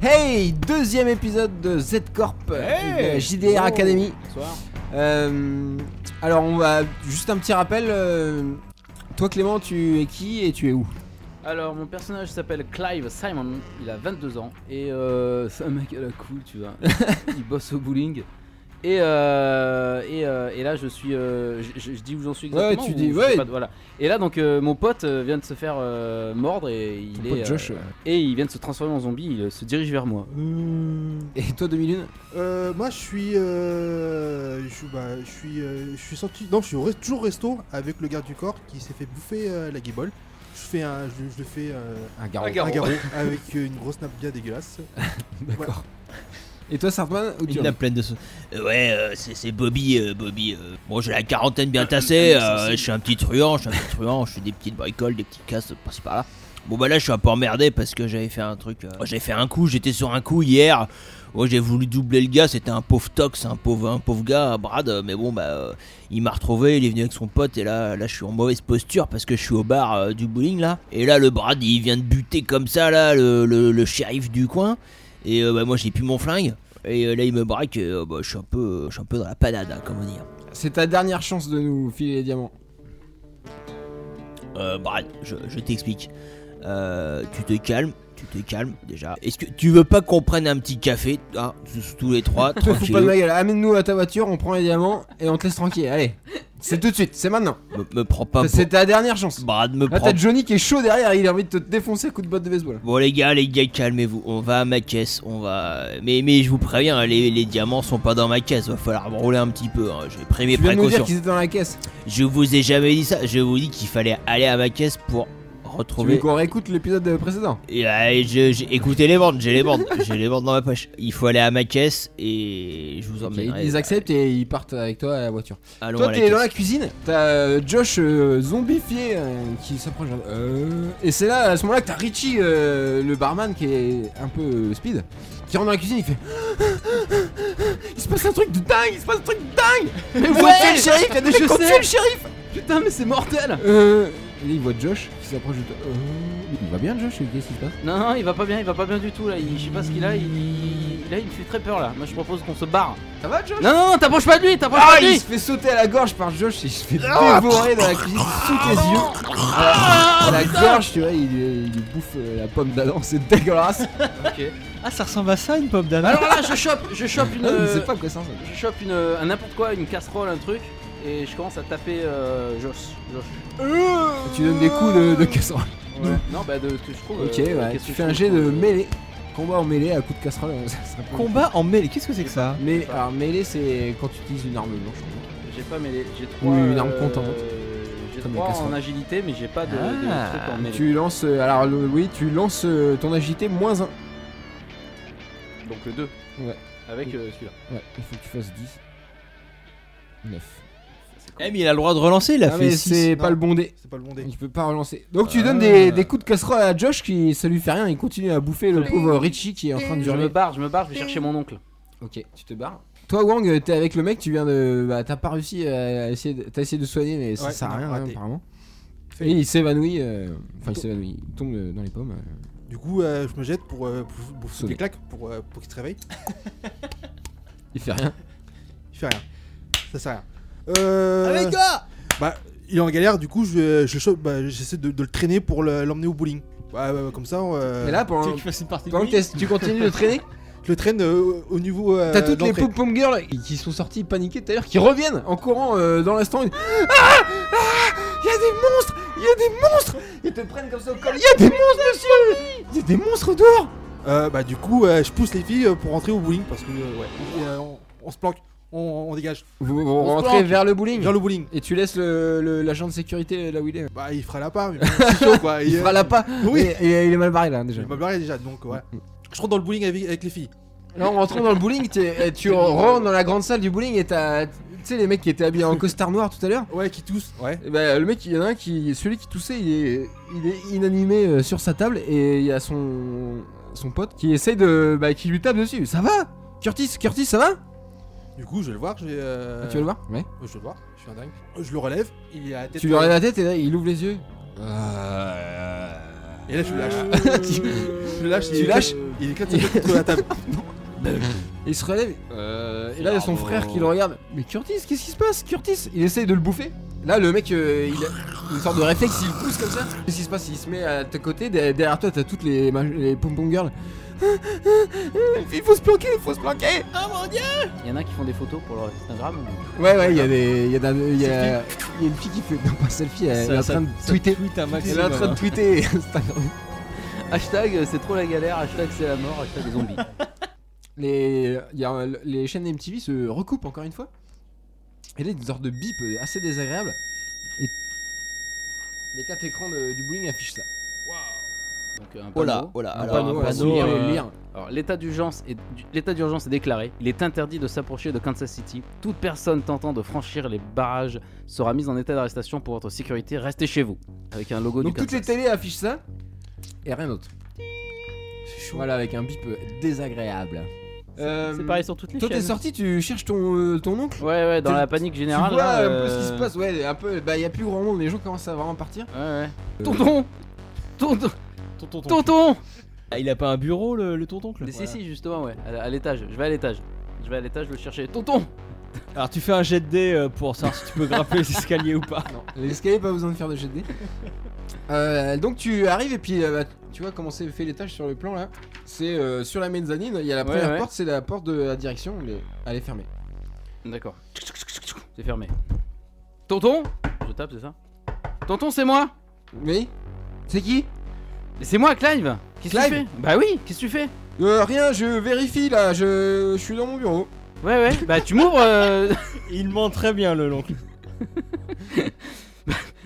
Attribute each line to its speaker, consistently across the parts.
Speaker 1: Hey Deuxième épisode de Z-Corp et de
Speaker 2: Hey
Speaker 1: JDR
Speaker 2: Oh.
Speaker 1: Academy.
Speaker 2: Bonsoir.
Speaker 1: Euh, alors, on va juste un petit rappel. euh, toi, Clément, tu es qui et tu es où
Speaker 2: Alors, mon personnage s'appelle Clive Simon, il a 22 ans, et euh, c'est un mec à la cool, tu vois. il bosse au bowling. Et, euh, et, euh, et là, je suis. euh, je- je je dis où j'en suis
Speaker 1: Ouais,
Speaker 2: exactement.
Speaker 1: tu
Speaker 2: ou
Speaker 1: dis,
Speaker 2: je sais
Speaker 1: ouais.
Speaker 2: pas, voilà. Et là, donc, euh, mon pote euh, vient de se faire euh, mordre et il est. euh, et il vient de se transformer en zombie, il euh, se dirige vers moi.
Speaker 1: Et toi, 2001
Speaker 3: Euh, moi je suis euh, je suis bah, je suis euh, je suis sorti non je suis au rest- toujours au resto avec le garde du corps qui s'est fait bouffer euh, la guibole. Je fais un je, je le fais euh,
Speaker 1: Un garçon.
Speaker 3: un garrot avec euh, une grosse nappe bien dégueulasse.
Speaker 1: D'accord. Et toi, Sartman où tu
Speaker 4: Une
Speaker 1: en es
Speaker 4: nappe pleine de. sou- Euh, ouais, euh, c'est c'est Bobby. euh, Bobby. euh, Bon, j'ai la quarantaine
Speaker 1: Ah,
Speaker 4: bien tassée. euh, je suis un petit truand. Je suis un petit truand. Je fais des petites bricoles, des petits casses par-ci par-là. Bon, bah là, je suis un peu emmerdé parce que j'avais fait un truc. euh, J'avais fait un coup. J'étais sur un coup hier. Oh, j'ai voulu doubler le gars. C'était un pauvre tox, un pauvre, un pauvre gars, Brad. euh, Mais bon, bah, euh, il m'a retrouvé. Il est venu avec son pote. Et là, là, je suis en mauvaise posture parce que je suis au bar euh, du bowling là. Et là, le Brad, il vient de buter comme ça là le, le- le shérif du coin. Et euh, bah, moi, j'ai plus mon flingue. Et euh, là, il me braque, et, euh, bah, je, suis un peu, je suis un peu dans la panade, hein, comment dire.
Speaker 1: C'est ta dernière chance de nous filer les diamants.
Speaker 4: Euh, Brad, je, je t'explique. Euh, tu te calmes, tu te calmes déjà. Est-ce que tu veux pas qu'on prenne un petit café, hein, tous, tous les trois,
Speaker 1: Faut pas de
Speaker 4: tranquille
Speaker 1: ma gueule. Amène-nous à ta voiture, on prend les diamants et on te laisse tranquille. Allez, c'est tout de suite, c'est maintenant.
Speaker 4: me, me prends pas
Speaker 1: C'est
Speaker 4: pour...
Speaker 1: ta dernière chance.
Speaker 4: Brad, me
Speaker 1: Là,
Speaker 4: prends
Speaker 1: t'as Johnny qui est chaud derrière, il a envie de te défoncer à coup de botte de baseball.
Speaker 4: Bon les gars, les gars, calmez-vous. On va à ma caisse, on va. Mais mais je vous préviens, hein, les, les diamants sont pas dans ma caisse. Va falloir me rouler un petit peu. Hein. J'ai pris mes
Speaker 1: Tu viens de nous dire
Speaker 4: précautions.
Speaker 1: qu'ils étaient dans la caisse.
Speaker 4: Je vous ai jamais dit ça. Je vous dis qu'il fallait aller à ma caisse
Speaker 1: Tu
Speaker 4: pour
Speaker 1: veux
Speaker 4: retrouver
Speaker 1: qu'on réécoute l'épisode précédent
Speaker 4: Et, euh, je- j'ai écoutez les ventes, j'ai les ventes, j'ai les ventes dans ma poche. Il faut aller à ma caisse et je vous
Speaker 1: Ok,
Speaker 4: emmènerai.
Speaker 1: Ils acceptent et ils partent avec toi à la voiture.
Speaker 4: Allons
Speaker 1: toi,
Speaker 4: à la
Speaker 1: t'es
Speaker 4: caisse.
Speaker 1: dans la cuisine, t'as euh, Josh euh, zombifié euh, qui s'approche. euh, et c'est là, à ce moment-là, que t'as Richie, euh, le barman qui est un peu euh, speed, qui rentre dans la cuisine, il fait. Il se passe un truc de dingue, il se passe un truc de dingue Mais
Speaker 2: ouais,
Speaker 1: ouais, le shérif, il y a des
Speaker 2: mais qu'on
Speaker 1: choses
Speaker 2: tue
Speaker 1: le
Speaker 2: le
Speaker 1: shérif
Speaker 2: Putain, mais c'est mortel
Speaker 1: Euh. Et là, il voit Josh qui s'approche de toi. Euh, il va bien, Josh Qu'est-ce qui se passe
Speaker 2: Non, non, il va pas bien, il va pas bien du tout là. Il- je sais pas ce qu'il a, il, là, il me fait très peur là. Moi, je propose qu'on se barre.
Speaker 1: Ça va, Josh
Speaker 2: Non, non, non, t'approches pas de lui, t'approches
Speaker 1: Ah,
Speaker 2: pas de lui
Speaker 1: il se fait sauter à la gorge par Josh et il se fait dévorer dans la cuisine sous tes yeux. À la gorge, tu vois, il, lui- il lui bouffe euh, la pomme d'Adam, c'est dégueulasse.
Speaker 4: Ah, ça ressemble à ça une pomme d'ananas.
Speaker 2: Alors là, je chope, je chope une,
Speaker 1: Ah, mais
Speaker 2: euh,
Speaker 1: c'est pas quoi ça. ça.
Speaker 2: je chope une, un n'importe quoi, une casserole, un truc, et je commence à taper euh, Josh. Josh.
Speaker 1: Tu donnes des coups de, de casserole.
Speaker 2: Non, bah de ce que je trouve.
Speaker 1: Ok,
Speaker 2: euh,
Speaker 1: ouais.
Speaker 2: qu'est-ce
Speaker 1: Tu
Speaker 2: que
Speaker 1: fais
Speaker 2: je
Speaker 1: un
Speaker 2: trouve,
Speaker 1: jet de
Speaker 2: euh,
Speaker 1: mêlée. Combat en mêlée à coup de casserole. euh, ça serait pas mal.
Speaker 4: Combat en mêlée, qu'est-ce que c'est que ça
Speaker 1: Mêlée- alors mêlée, c'est quand tu utilises une arme blanche. en
Speaker 2: J'ai pas mêlé, j'ai trois.
Speaker 1: Ou une arme
Speaker 2: euh,
Speaker 1: contente. hein.
Speaker 2: J'ai
Speaker 1: Comme les
Speaker 2: trois
Speaker 1: casseroles.
Speaker 2: en agilité, mais j'ai pas de, de
Speaker 4: Ah,
Speaker 2: truc en
Speaker 1: gros.
Speaker 2: mêlée.
Speaker 1: Tu lances. euh, Alors le- oui, tu lances euh, ton agité moins 1.
Speaker 2: Donc le 2.
Speaker 1: Ouais.
Speaker 2: Avec euh, celui-là.
Speaker 1: Ouais, il faut que tu fasses 10. 9.
Speaker 2: C'est con.
Speaker 4: Eh mais il a le droit de relancer, il a
Speaker 1: Ah
Speaker 4: fait
Speaker 1: mais
Speaker 4: six.
Speaker 1: c'est pas
Speaker 3: Non.
Speaker 1: le bon dé.
Speaker 3: C'est pas le bon dé.
Speaker 1: Il peut pas relancer. Donc tu
Speaker 4: Ah.
Speaker 1: donnes des, des coups de casserole à Josh qui ça lui fait rien, il continue à bouffer le
Speaker 2: Désolé.
Speaker 1: pauvre Richie qui est en train de
Speaker 2: Je me
Speaker 1: durer.
Speaker 2: barre, je me barre, je vais chercher mon oncle.
Speaker 1: Ok, tu te barres. Toi Wang, euh, t'es avec le mec, tu viens de. Bah t'as pas réussi à essayer de... T'as essayé de soigner mais ça
Speaker 3: Ouais,
Speaker 1: sert à
Speaker 3: non,
Speaker 1: rien hein,
Speaker 3: raté.
Speaker 1: apparemment.
Speaker 3: Fait.
Speaker 1: Et il s'évanouit, euh, enfin il
Speaker 3: Tom-
Speaker 1: s'évanouit, il tombe euh, dans les pommes. euh.
Speaker 3: Du coup euh, je me jette pour euh, pour, pour foutre
Speaker 1: Sonner.
Speaker 3: des claques pour euh, pour qu'il se réveille.
Speaker 1: Il fait rien.
Speaker 3: Il fait rien. Ça sert à rien. Euh,
Speaker 4: Ah, les gars
Speaker 3: bah il est en galère du coup je je le chope, bah, j'essaie de, de le traîner pour le- l'emmener au bowling. Bah, bah, comme ça euh,
Speaker 1: Et là pendant,
Speaker 4: fasses une partie
Speaker 1: pendant que t'es- tu continues de traîner,
Speaker 3: je le traîne euh, au niveau euh,
Speaker 1: t'as toutes les
Speaker 3: d'entrée.
Speaker 1: pom pom girls qui- qui sont sorties paniquées tout à l'heure, qui reviennent en courant euh, dans l'instant. Ils... Ah Ah Il y a des monstres Il y a des monstres Ils te prennent comme ça au col. Il y a des monstres monsieur Il y a des monstres dehors
Speaker 3: Euh, bah du coup euh, je pousse les filles euh, pour rentrer au bowling parce que euh, ouais euh, on, on se planque, on, on dégage.
Speaker 1: Vous, vous
Speaker 3: On se
Speaker 1: rentrez
Speaker 3: planque.
Speaker 1: vers le bowling
Speaker 3: Vers le bowling.
Speaker 1: et tu laisses le- le- l'agent de sécurité euh, là où il est. euh,
Speaker 3: Bah il fera la part mais bon, c'est chaud quoi.
Speaker 1: Il fera la pas.
Speaker 3: Oui.
Speaker 1: Et, et il est mal barré là déjà. Mm,
Speaker 3: Je me barrer déjà donc ouais. Je rentre dans le bowling avec, avec les filles.
Speaker 1: Là en rentrant dans le bowling, t'es- et tu rentres dans la grande salle du bowling et t'as, tu sais les mecs qui étaient habillés en costard noir tout à l'heure.
Speaker 3: Ouais qui toussent. Ouais.
Speaker 1: Et bah, le mec, il y en a un qui, celui qui toussait, il est, il est inanimé euh, sur sa table et il y a son, son pote qui essaye de, bah, qui lui tape dessus. Ça va Curtis, Curtis, ça va
Speaker 3: Du coup je vais le voir, je vais euh,
Speaker 1: Ah, Tu vas le voir Ouais.
Speaker 3: Je vais le voir, je suis un dingue. Je le relève, il est à la tête.
Speaker 1: Tu lui enlèves la tête et là, il ouvre les yeux.
Speaker 4: Euh...
Speaker 3: Et là, je le lâche.
Speaker 1: Tu-
Speaker 3: je le lâche, il
Speaker 1: Tu
Speaker 3: est
Speaker 1: lâches
Speaker 3: Il est quatre secondes contre la table.
Speaker 1: Il se relève. euh, et là, il y a son
Speaker 4: Bravo.
Speaker 1: frère qui le regarde. Mais Curtis, qu'est-ce qui se passe Curtis Il essaye de le bouffer. Là, le mec, euh, il a une sorte de réflexe, il le pousse comme ça. Qu'est-ce qui se passe Il se met à tes côtés. de- Derrière toi, t'as toutes les, ma- les pom-pom girls. il faut se planquer, il faut se planquer.
Speaker 2: Il y en a qui font des photos pour leur Instagram.
Speaker 1: Ouais, ouais, il y a des. Il y, a d'un- il y a- il y a une fille qui fait. Non, pas selfie, elle, elle est en train de tweeter.
Speaker 5: Tweet un
Speaker 1: Elle est en
Speaker 5: maximum. hein.
Speaker 1: train de tweeter Instagram.
Speaker 2: Hashtag euh, c'est trop la galère, hashtag c'est la mort, hashtag les zombies.
Speaker 1: les, il y a, un- les chaînes MTV se recoupent encore une fois. Et là, il y a une sorte de bip euh, assez désagréable. Et les quatre écrans de- du bowling affichent ça.
Speaker 2: Donc, euh, un
Speaker 4: Oh là,
Speaker 2: panneau.
Speaker 4: oh là,
Speaker 2: Un
Speaker 4: alors,
Speaker 2: panneau,
Speaker 4: un
Speaker 2: un
Speaker 1: à
Speaker 5: panneau,
Speaker 1: souligner
Speaker 2: souvenir.
Speaker 5: euh,
Speaker 1: le lien.
Speaker 2: Alors, l'état d'urgence est, du- l'état d'urgence est déclaré. Il est interdit de s'approcher de Kansas City. Toute personne tentant de franchir les barrages sera mise en état d'arrestation pour votre sécurité. Restez chez vous. Avec un logo
Speaker 1: Donc
Speaker 2: du
Speaker 1: toutes les
Speaker 2: Kansas.
Speaker 1: télés affichent ça. Et rien d'autre. Voilà, avec un bip euh, désagréable. Euh,
Speaker 6: C'est pareil sur toutes les
Speaker 1: Toi, t'es
Speaker 6: chaînes.
Speaker 1: sorti, tu cherches ton, euh, ton oncle
Speaker 2: Ouais, ouais, dans
Speaker 1: Tu-
Speaker 2: la panique
Speaker 1: Tu
Speaker 2: générale.
Speaker 1: vois
Speaker 2: là,
Speaker 1: un peu ce qui
Speaker 2: euh,
Speaker 1: se passe, ouais, un peu, bah y a plus grand monde, les gens commencent à vraiment partir.
Speaker 2: Ouais,
Speaker 1: Euh,
Speaker 2: ouais. Tonton Tonton
Speaker 5: Tonton, tonton.
Speaker 2: Tonton
Speaker 5: Ah, il a pas un bureau le, le tontoncle
Speaker 2: Mais Si, si, justement, ouais. À, à l'étage. Je vais à l'étage. Je vais à l'étage le chercher. Tonton
Speaker 5: Alors tu fais un jet de dés euh, pour savoir si tu peux grimper les escaliers ou pas.
Speaker 1: Non, les escaliers, pas besoin de faire de jet de dés. Euh, donc tu arrives et puis euh, bah, tu vois comment c'est fait l'étage sur le plan là. C'est euh, sur la mezzanine, il y a la
Speaker 2: Ouais,
Speaker 1: première
Speaker 2: ouais.
Speaker 1: porte, c'est la porte de la direction, mais elle est fermée.
Speaker 2: D'accord. C'est fermé. Tonton Je tape, c'est ça Tonton, c'est moi
Speaker 1: Oui C'est qui
Speaker 2: Mais c'est moi, Clive Qu'est-ce que tu fais
Speaker 1: Clive
Speaker 2: Bah oui, qu'est-ce que tu fais
Speaker 1: euh, Rien, je vérifie là, je, je suis dans mon bureau.
Speaker 2: Ouais, ouais, bah tu m'ouvres euh,
Speaker 5: Il ment très bien le l'oncle.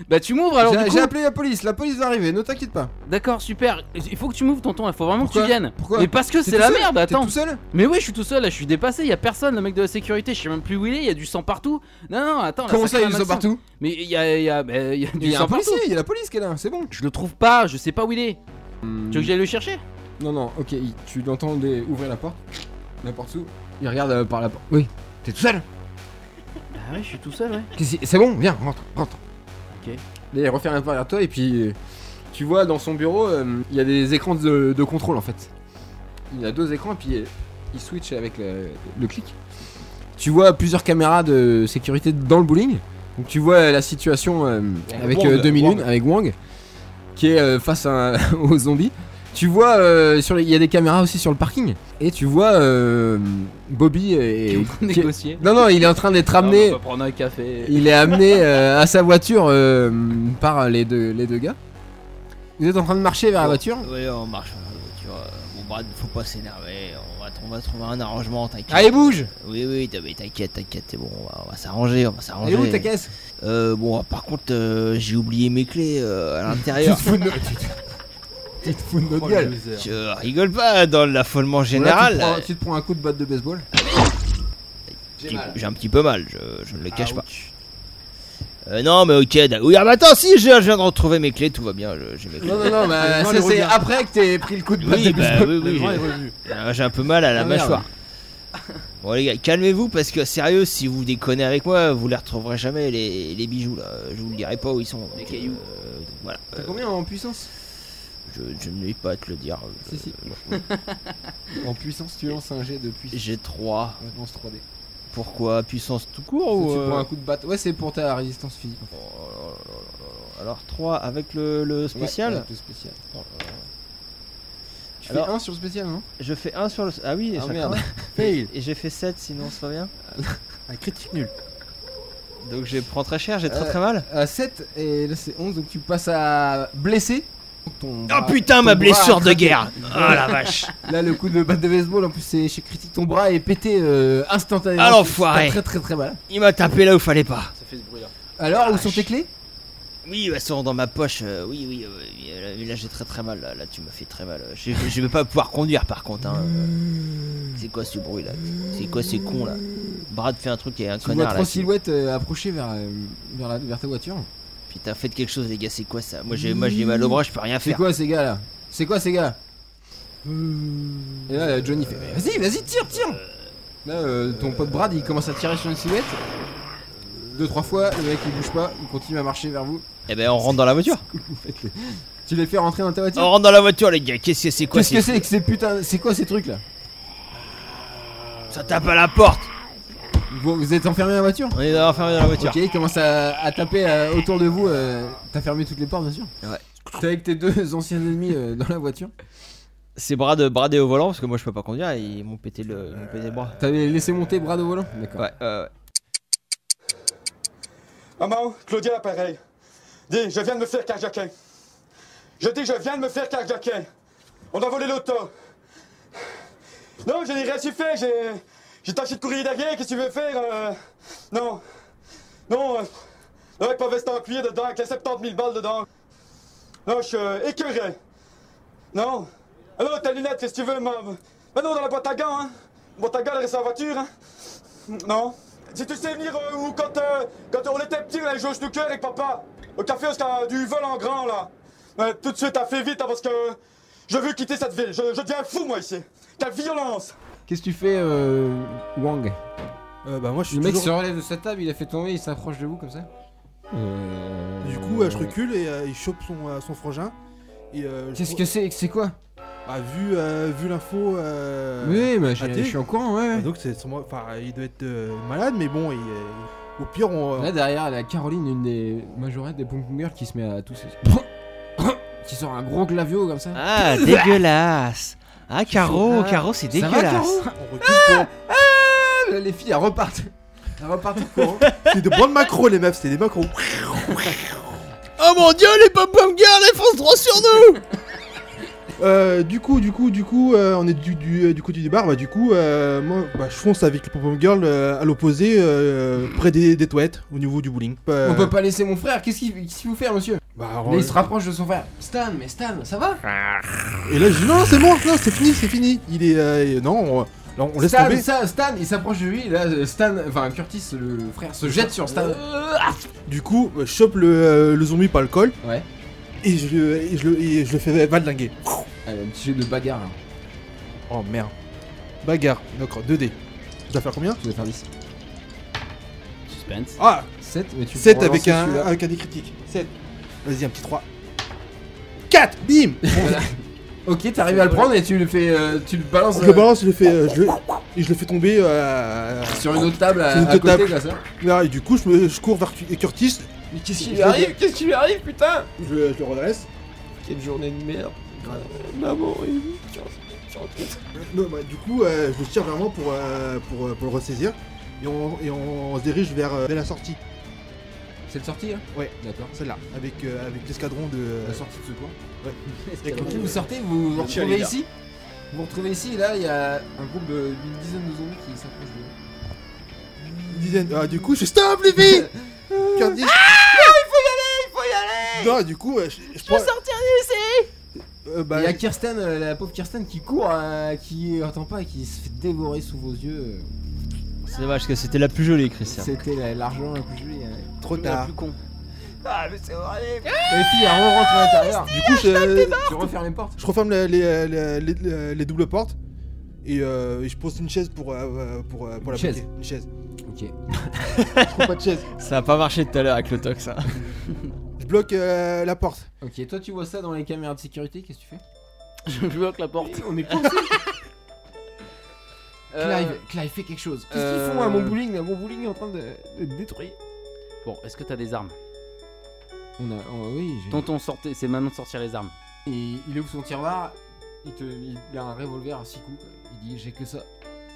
Speaker 2: Bah tu m'ouvres alors
Speaker 1: J'ai-
Speaker 2: du coup
Speaker 1: J'ai appelé la police, la police va arriver, ne t'inquiète pas.
Speaker 2: D'accord, super Il faut que tu m'ouvres, tonton, il faut vraiment
Speaker 1: Pourquoi
Speaker 2: que tu viennes
Speaker 1: Pourquoi
Speaker 2: Mais parce que
Speaker 1: T'es
Speaker 2: c'est
Speaker 1: tout
Speaker 2: la
Speaker 1: seul
Speaker 2: merde,
Speaker 1: T'es
Speaker 2: attends
Speaker 1: tout seul
Speaker 2: Mais oui, je suis tout seul, là, je suis dépassé, y a personne, le mec de la sécurité, je sais même plus où il est, y a du sang partout Non, non, attends, là,
Speaker 1: Comment ça,
Speaker 2: crée
Speaker 1: ils sont
Speaker 2: un accent.
Speaker 1: partout
Speaker 2: Mais y a, y a, bah, y a
Speaker 1: Il
Speaker 2: du
Speaker 1: y a un
Speaker 2: sang partout
Speaker 1: policier, il y a la police qui est là, c'est bon.
Speaker 2: Je le trouve pas, je sais pas où il est Tu veux que j'aille le chercher
Speaker 1: Non, non, ok, il- tu l'entends dé- ouvrir la porte. La porte s'ouvre, il regarde euh, par la porte. Oui, t'es tout seul
Speaker 2: Bah ouais, je suis tout seul, ouais
Speaker 1: Qu'est-ce que- C'est bon, viens, rentre, rentre.
Speaker 2: Ok.
Speaker 1: Là, il refait un pas vers toi et puis euh, tu vois dans son bureau, euh, il y a des écrans de, de contrôle en fait. Il y a deux écrans et puis euh, il switch avec le, le clic. Tu vois plusieurs caméras de sécurité dans le bowling. Donc tu vois la situation euh, avec
Speaker 5: Wang,
Speaker 1: euh, 2001,
Speaker 5: Wang.
Speaker 1: avec Wang, qui est euh, face à, aux zombies. Tu vois, euh, sur les- il y a des caméras aussi sur le parking. Et tu vois euh, Bobby et... qui-
Speaker 2: Négocier
Speaker 1: Non, non, il est en train d'être
Speaker 2: Non,
Speaker 1: amené...
Speaker 2: on va prendre un café
Speaker 1: Il est amené euh, à sa voiture euh, par les deux, les deux gars. Vous êtes en train de marcher vers la voiture
Speaker 4: Ouais, on marche vers la voiture. euh, Bon, Brad, faut pas s'énerver. On va, on va trouver un arrangement, t'inquiète.
Speaker 1: Allez, Ah, bouge
Speaker 4: Oui, oui, t'as- mais t'inquiète, t'inquiète, c'est bon, on va, on va s'arranger, on va
Speaker 1: Elle est
Speaker 4: s'arranger.
Speaker 1: où ta caisse
Speaker 4: Euh, bon, par contre, euh, j'ai oublié mes clés euh, à l'intérieur.
Speaker 1: Tu te fous de notre
Speaker 3: Oh,
Speaker 1: gueule.
Speaker 3: le loser.
Speaker 4: Je rigole pas dans l'affolement général.
Speaker 1: Là, tu, te prends, tu te prends un coup de batte de baseball.
Speaker 4: euh,
Speaker 1: J'ai mal.
Speaker 4: J'ai un petit peu mal, je, je ne le cache pas. Euh, non, mais ok, d'ac- oui, ah, bah attends, si, je, je viens de retrouver mes clés, tout va bien, je- j'ai mes clés.
Speaker 1: Non, non, non, bah,
Speaker 3: Non,
Speaker 1: ça,
Speaker 3: les
Speaker 1: c'est
Speaker 3: regards.
Speaker 1: après que t'es pris le coup de batte de
Speaker 4: Oui, bah
Speaker 1: baseball.
Speaker 4: oui,
Speaker 3: Le
Speaker 4: oui,
Speaker 3: grand est
Speaker 4: j'ai-
Speaker 3: revenu.
Speaker 4: euh, j'ai un peu mal à la
Speaker 1: Ah, merde.
Speaker 4: mâchoire. Bon, les gars, calmez-vous parce que, sérieux, si vous déconnez avec moi, vous les retrouverez jamais, les, les bijoux là. Je vous le dirai pas où ils sont. donc,
Speaker 2: Les cailloux.
Speaker 4: euh, donc, voilà.
Speaker 1: T'as
Speaker 4: euh,
Speaker 1: combien en puissance
Speaker 4: Je, je ne vais pas te le dire. euh,
Speaker 1: Si, si. En puissance, tu lances un jet de puissance.
Speaker 4: J'ai 3.
Speaker 1: Ouais, lance 3D.
Speaker 4: Pourquoi Puissance tout court
Speaker 1: tu
Speaker 4: ou.
Speaker 1: prends
Speaker 4: euh,
Speaker 1: un coup de batte. Ouais, c'est pour ta résistance physique. en fait.
Speaker 4: oh là là là là là. Alors 3 avec le, le
Speaker 1: Ouais,
Speaker 4: spécial
Speaker 1: ouais, le spécial. Tu
Speaker 4: Alors-
Speaker 1: fais 1 sur le spécial, non
Speaker 4: Je fais 1 sur le. Ah oui,
Speaker 1: Ah,
Speaker 4: ça
Speaker 1: merde.
Speaker 4: compte.
Speaker 3: Fail.
Speaker 4: Et j'ai fait 7 sinon ça va bien.
Speaker 3: Un critique nul.
Speaker 4: Donc je prends très cher, j'ai
Speaker 1: Euh,
Speaker 4: très très mal.
Speaker 1: à 7 et là c'est 11 donc tu passes à blessé. Ton
Speaker 4: Oh
Speaker 1: bras-
Speaker 4: putain,
Speaker 1: ton
Speaker 4: ma
Speaker 1: bras
Speaker 4: blessure
Speaker 1: a
Speaker 4: de
Speaker 1: craqué.
Speaker 4: guerre Ah la vache
Speaker 1: Là le coup de batte de baseball en plus c'est chez critique ton bras est pété euh, instantanément.
Speaker 4: Ah, l'enfoiré.
Speaker 1: C'est Très très très mal.
Speaker 4: Il m'a tapé là où fallait pas.
Speaker 2: Ça fait ce bruit là.
Speaker 1: Alors où sont
Speaker 4: Vache.
Speaker 1: tes clés
Speaker 4: Oui, elles sont dans ma poche. euh, oui, oui, euh, oui, euh, là, là, j'ai très très mal. Là, là, tu m'as fait très mal. euh, Je, je vais pas pouvoir conduire par contre. hein, euh. C'est quoi ce bruit là C'est quoi ces cons là Brad fait un truc et un
Speaker 1: Tu vois
Speaker 4: connard là.
Speaker 1: trois
Speaker 4: qui-
Speaker 1: silhouettes euh, approcher vers, euh, vers, la- vers ta voiture.
Speaker 4: Putain, faites quelque chose les gars, c'est quoi ça Moi j'ai moi, j'ai mal au bras, je peux rien
Speaker 1: C'est
Speaker 4: faire.
Speaker 1: quoi ces gars là C'est quoi ces gars Et là euh, Johnny fait Mais vas-y vas-y tire tire. Là euh, ton pote Brad il commence à tirer sur une silhouette. Deux trois fois le mec il bouge pas il continue à marcher vers vous.
Speaker 4: Eh ben on rentre dans la voiture.
Speaker 1: Vous faites les- Tu les fais rentrer dans ta voiture
Speaker 4: On rentre dans la voiture, les gars. Qu'est-ce que c'est quoi
Speaker 1: Qu'est-ce que
Speaker 4: ces-
Speaker 1: c'est que ces putains. C'est quoi ces trucs là
Speaker 4: Ça tape à la porte.
Speaker 1: vous, vous êtes enfermé dans la voiture
Speaker 4: On est enfermé dans la voiture.
Speaker 1: Ok, il commence à, à taper euh, autour de vous. euh, T'as fermé toutes les portes, bien sûr
Speaker 4: Ouais.
Speaker 1: T'es avec tes deux anciens ennemis euh, dans la voiture.
Speaker 4: C'est bras de bradé au volant parce que moi je peux pas conduire. Ils m'ont pété le, ils m'ont pété les bras.
Speaker 1: T'avais laissé monter bras de volant D'accord.
Speaker 4: Ouais, euh,
Speaker 6: Maman, Claudia à l'appareil. Dis, je viens de me faire carjacker. Je dis, je viens de me faire carjacker. On a volé l'auto. Non, je n'ai rien su faire. J'ai, j'ai tâché de courir derrière. Qu'est-ce que tu veux faire? euh, Non. Non. euh, Non, avec ma veste en cuir dedans, avec les 70 000 balles dedans. Non, je suis euh, écœuré. Non. Alors, ta lunette, qu'est-ce que tu veux? Ma... Mais non, dans la boîte à gants, hein. La boîte à gants, elle reste dans la voiture, hein. Non. Si tu sais venir euh, ou quand, euh, quand on était petit, on allait jouer au snooker avec papa. Au café, on se fait du vol en grand, là. Mais tout de suite, t'as fait vite, hein, parce que je veux quitter cette ville. Je, je deviens fou, moi, ici. Quelle violence
Speaker 1: Qu'est-ce que tu fais, euh, Wang
Speaker 3: Euh, bah, moi, je suis
Speaker 1: Le mec
Speaker 3: toujours-
Speaker 1: se relève de sa table, il a fait tomber, il s'approche de vous comme ça. Euh,
Speaker 3: Du coup, euh, je recule et euh, il chope son, euh, son frangin. Et, euh, le
Speaker 1: Qu'est-ce
Speaker 3: fr-
Speaker 1: que c'est que C'est quoi
Speaker 3: Ah, vu, euh, vu l'info. euh,
Speaker 1: Oui, mais
Speaker 3: ah,
Speaker 1: j'ai- je
Speaker 3: t'es-
Speaker 1: suis en courant, ouais.
Speaker 3: bah,
Speaker 1: ouais.
Speaker 3: donc, c'est sûrement- Enfin, il doit être euh, malade, mais bon, il, euh, au pire, on.
Speaker 1: Là derrière, la Caroline, une des majorettes des Pong Pong Girls qui se met à tousser. qui sort un gros glavio comme ça.
Speaker 4: Ah, dégueulasse Ah, Caro, Caro, c'est
Speaker 1: Ça va,
Speaker 4: dégueulasse
Speaker 1: Caro
Speaker 3: on recule
Speaker 1: Là, Euh, Les filles, elles repartent. Elles repartent en courant.
Speaker 3: pour... C'est de bonnes macros, les meufs, c'est des macros.
Speaker 4: Oh mon dieu, les pop-pom girls, elles foncent droit sur nous
Speaker 3: Euh, du coup, du coup, du coup, euh, on est du, du, euh, du côté du bar. Bah, du coup, euh, moi, bah, je fonce avec le pom girl euh, à l'opposé, euh, près des, des toilettes, au niveau du bowling. Euh,
Speaker 1: On peut pas laisser mon frère. Qu'est-ce qu'il qu'est-ce qu'il vous fait, monsieur
Speaker 3: bah,
Speaker 1: Là,
Speaker 3: on-
Speaker 1: il se rapproche de son frère. Stan, mais Stan, ça va
Speaker 3: Et là, je dis non, non, c'est bon, non, c'est fini, c'est fini. Il est, euh, non, on, là, on laisse
Speaker 1: Stan,
Speaker 3: tomber.
Speaker 1: ça, Stan, il s'approche de lui. Là, euh, Stan, enfin Curtis, le frère, se jette sur Stan.
Speaker 3: Euh. Du coup, euh, je chope le, euh, le zombie par le col.
Speaker 1: Ouais.
Speaker 3: Et je, le- et je, le- et je le fais valdinguer.
Speaker 1: Allez, un petit jeu de bagarre. hein. là.
Speaker 3: Oh merde. Bagarre, d'accord, 2D. Je dois faire combien
Speaker 1: Tu vas faire 10.
Speaker 2: Suspense.
Speaker 3: Ah
Speaker 1: 7, mais tu
Speaker 3: 7
Speaker 1: pourras
Speaker 3: avec
Speaker 1: lancer
Speaker 3: un,
Speaker 1: celui-là.
Speaker 3: avec un des critiques. 7. Vas-y, un petit 3. 4 Bim
Speaker 1: Ok, t'arrives à le prendre et tu le fais. euh, tu le balances
Speaker 3: Je le
Speaker 1: euh,
Speaker 3: balance, je le fais, euh, je le- et je le fais tomber. euh,
Speaker 1: sur une autre table à,
Speaker 3: Sur une
Speaker 1: à
Speaker 3: autre
Speaker 1: côté,
Speaker 3: table.
Speaker 1: là, ça.
Speaker 3: là, et du coup, je, me- je cours vers Cu- et Curtis.
Speaker 1: Mais qu'est-ce qui
Speaker 3: Je
Speaker 1: lui
Speaker 3: le-
Speaker 1: arrive Qu'est-ce qui lui arrive, putain
Speaker 3: Je, je le redresse.
Speaker 1: Quelle journée de merde.
Speaker 3: Non, bah, du coup, euh, je le tire vers moi pour, euh, pour, euh, pour le ressaisir. Et on, et on se dirige vers, euh, vers la sortie,
Speaker 1: C'est le sortie, là
Speaker 3: Ouais.
Speaker 1: D'accord.
Speaker 3: celle-là, avec, euh, avec l'escadron de. euh,
Speaker 1: La sortie de secours.
Speaker 3: Ouais.
Speaker 1: Et quand vous sortez, vous vous retrouvez ici. Vous vous retrouvez ici, et là, il y a un groupe de- d'une dizaine de zombies qui s'approche de vous.
Speaker 3: une dizaine- Ah, du coup, je stop, les filles Curtis. il faut y aller, il faut y aller Non, du coup, euh, je, je, prends. sortir d'ici
Speaker 1: Il
Speaker 3: bah,
Speaker 1: y a Kirsten, euh, la pauvre Kirsten qui court, euh, qui entend pas et qui se fait dévorer sous vos yeux. Euh,
Speaker 5: C'est dommage parce que c'était la plus jolie, Christian.
Speaker 1: C'était la- l'argent la plus jolie, hein.
Speaker 3: trop
Speaker 2: La
Speaker 3: tard.
Speaker 2: plus con.
Speaker 1: Les filles, elles rentrent à l'intérieur.
Speaker 3: Du coup, je,
Speaker 1: Tu refermes les portes.
Speaker 3: Je referme les, les, les- les- les doubles portes et, euh, et je pose une chaise pour, euh, pour, euh, pour la
Speaker 1: Une chaise.
Speaker 3: bloquer. Une chaise.
Speaker 1: Ok.
Speaker 3: Je trouve pas de chaise.
Speaker 5: Ça a pas marché tout à l'heure avec le toc,
Speaker 4: hein.
Speaker 5: ça.
Speaker 3: Je bloque euh, la porte.
Speaker 1: Ok, toi, tu vois ça dans les caméras de sécurité, qu'est-ce que tu fais
Speaker 2: Je bloque la porte.
Speaker 1: On est
Speaker 2: Euh,
Speaker 1: Clive, Clive, fais quelque chose. Qu'est-ce qu'ils
Speaker 2: euh,
Speaker 1: font à mon bowling Là, Mon bowling est en train de, de détruire.
Speaker 2: Bon, est-ce que t'as des armes
Speaker 1: On a, oh, oui, j'ai-
Speaker 2: Tonton, sortez, c'est maintenant de sortir les armes.
Speaker 1: Et il ouvre son tiroir, il, te, il a un revolver à 6 coups. quoi. Il dit j'ai que ça.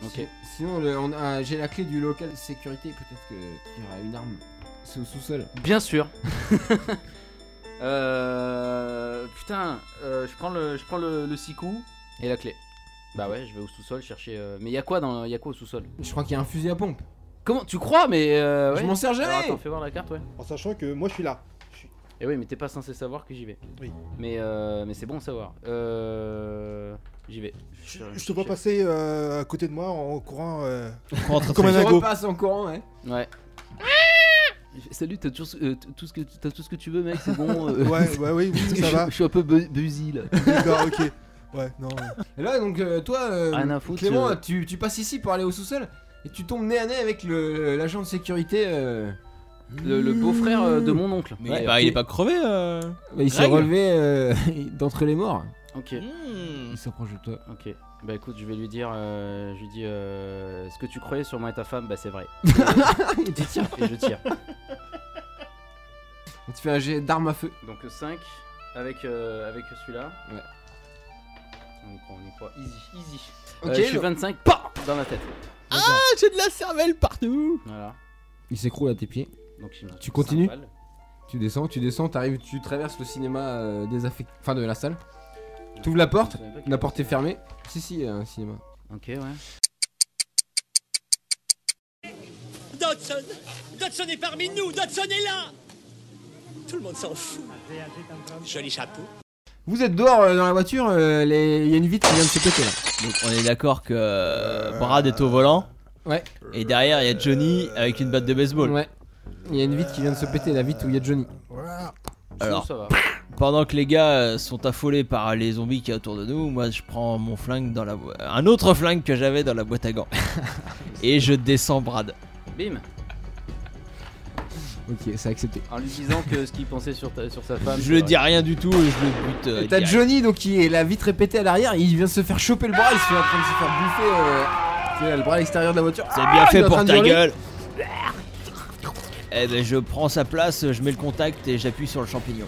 Speaker 2: Ok.
Speaker 1: Si- Sinon, le- on a- j'ai la clé du local de sécurité. Peut-être que- qu'il y aura une arme. C'est au sous-sol.
Speaker 2: Bien sûr. Euh, putain, euh, je prends le, je prends le, le six coups et la clé. Bah ouais, je vais au sous-sol chercher. euh, Mais y a quoi dans, y a quoi au sous-sol
Speaker 1: Je crois qu'il y a un fusil à pompe.
Speaker 2: Comment Tu crois Mais euh, ouais.
Speaker 1: Je m'en sers jamais.
Speaker 2: Alors, attends, fais voir la carte, ouais.
Speaker 3: En sachant que moi je suis là.
Speaker 2: Et oui, mais t'es pas censé savoir que j'y vais.
Speaker 3: Oui.
Speaker 2: Mais euh, mais c'est bon à savoir. Euh, j'y vais.
Speaker 3: Je, je te vois passer euh, à côté de moi en courant. euh,
Speaker 5: Rentre
Speaker 3: Comme un
Speaker 1: Je
Speaker 3: dingo.
Speaker 1: repasse en courant, ouais.
Speaker 2: Ouais. Ah Salut, t'as toujours ce- euh, t- tout ce que t'as tout ce que tu veux, mec. C'est bon. euh,
Speaker 3: Ouais, ouais, oui, oui,
Speaker 2: je,
Speaker 3: ça va.
Speaker 2: je suis un peu bu- busy là.
Speaker 3: D'accord, ok. Ouais, non. ouais.
Speaker 1: Et là, donc, euh, toi, euh,
Speaker 2: Rien à foutre,
Speaker 1: Clément,
Speaker 2: euh.
Speaker 1: tu, tu passes ici pour aller au sous-sol et tu tombes nez à nez avec le- l'agent de sécurité euh,
Speaker 2: le, le beau-frère euh, de mon oncle.
Speaker 4: Mais
Speaker 2: Ouais,
Speaker 4: bah,
Speaker 2: ok.
Speaker 4: il est pas crevé. euh.
Speaker 1: Bah, il s'est
Speaker 4: Greg
Speaker 1: relevé euh, d'entre les morts.
Speaker 2: Ok,
Speaker 4: Hmm.
Speaker 1: Il s'approche de toi.
Speaker 2: ok. Bah écoute, je vais lui dire, euh, je lui dis, euh, ce que tu croyais sur moi et ta femme, bah c'est vrai.
Speaker 1: Et tu tires.
Speaker 2: Et je tire.
Speaker 1: Tu fais un jet d'arme à feu.
Speaker 2: Donc 5 avec, euh, avec celui-là.
Speaker 1: Ouais.
Speaker 2: On y croit, on y croit. Easy, easy.
Speaker 1: Ok,
Speaker 2: Euh, je suis
Speaker 1: le-
Speaker 2: 25, PAM Dans la tête.
Speaker 4: Ah, j'ai de la cervelle partout.
Speaker 2: Voilà.
Speaker 1: Il s'écroule à tes pieds.
Speaker 2: Donc il m'a
Speaker 1: Tu continues
Speaker 2: cinq balles.
Speaker 1: Tu descends, tu descends, t'arrives, tu traverses le cinéma euh, désaffecté. Enfin, de la salle. T'ouvres la porte.
Speaker 2: Je savais pas qu'il y
Speaker 1: La
Speaker 2: avait-
Speaker 1: porte est fermée. Si, si, il y a un cinéma.
Speaker 2: Ok, ouais.
Speaker 7: Dodson Dodson est parmi nous Dodson est là Tout le monde s'en fout. Joli chapeau.
Speaker 1: Vous êtes dehors euh, dans la voiture, euh, les- il y a une vitre qui vient de se péter là.
Speaker 4: Donc, on est d'accord que euh, Brad est au volant.
Speaker 1: Ouais.
Speaker 4: Et derrière, il y a Johnny avec une batte de baseball.
Speaker 1: Ouais. Il y a une vitre qui vient de se péter, la vitre où il y a Johnny.
Speaker 4: Alors.
Speaker 2: Ça va.
Speaker 4: Pendant que les gars euh, sont affolés par les zombies qui y a autour de nous, moi je prends mon flingue dans la boi- un autre flingue que j'avais dans la boîte à gants et je descends Brad.
Speaker 2: Bim
Speaker 1: Ok, c'est accepté.
Speaker 2: En lui disant que ce qu'il pensait sur, ta- sur sa femme.
Speaker 4: Je lui dis rien du tout et je le bute. euh,
Speaker 1: Et T'as
Speaker 4: direct.
Speaker 1: Johnny donc qui est la vitre est pétée à l'arrière, il vient de se faire choper le bras, il se fait en train de se faire bouffer euh, tu sais, là, le bras à l'extérieur de la voiture.
Speaker 4: C'est
Speaker 1: Ah,
Speaker 4: bien
Speaker 1: il est
Speaker 4: fait
Speaker 1: en
Speaker 4: pour
Speaker 1: train de
Speaker 4: ta
Speaker 1: hurler.
Speaker 4: gueule. Eh ben je prends sa place, je mets le contact et j'appuie sur le champignon.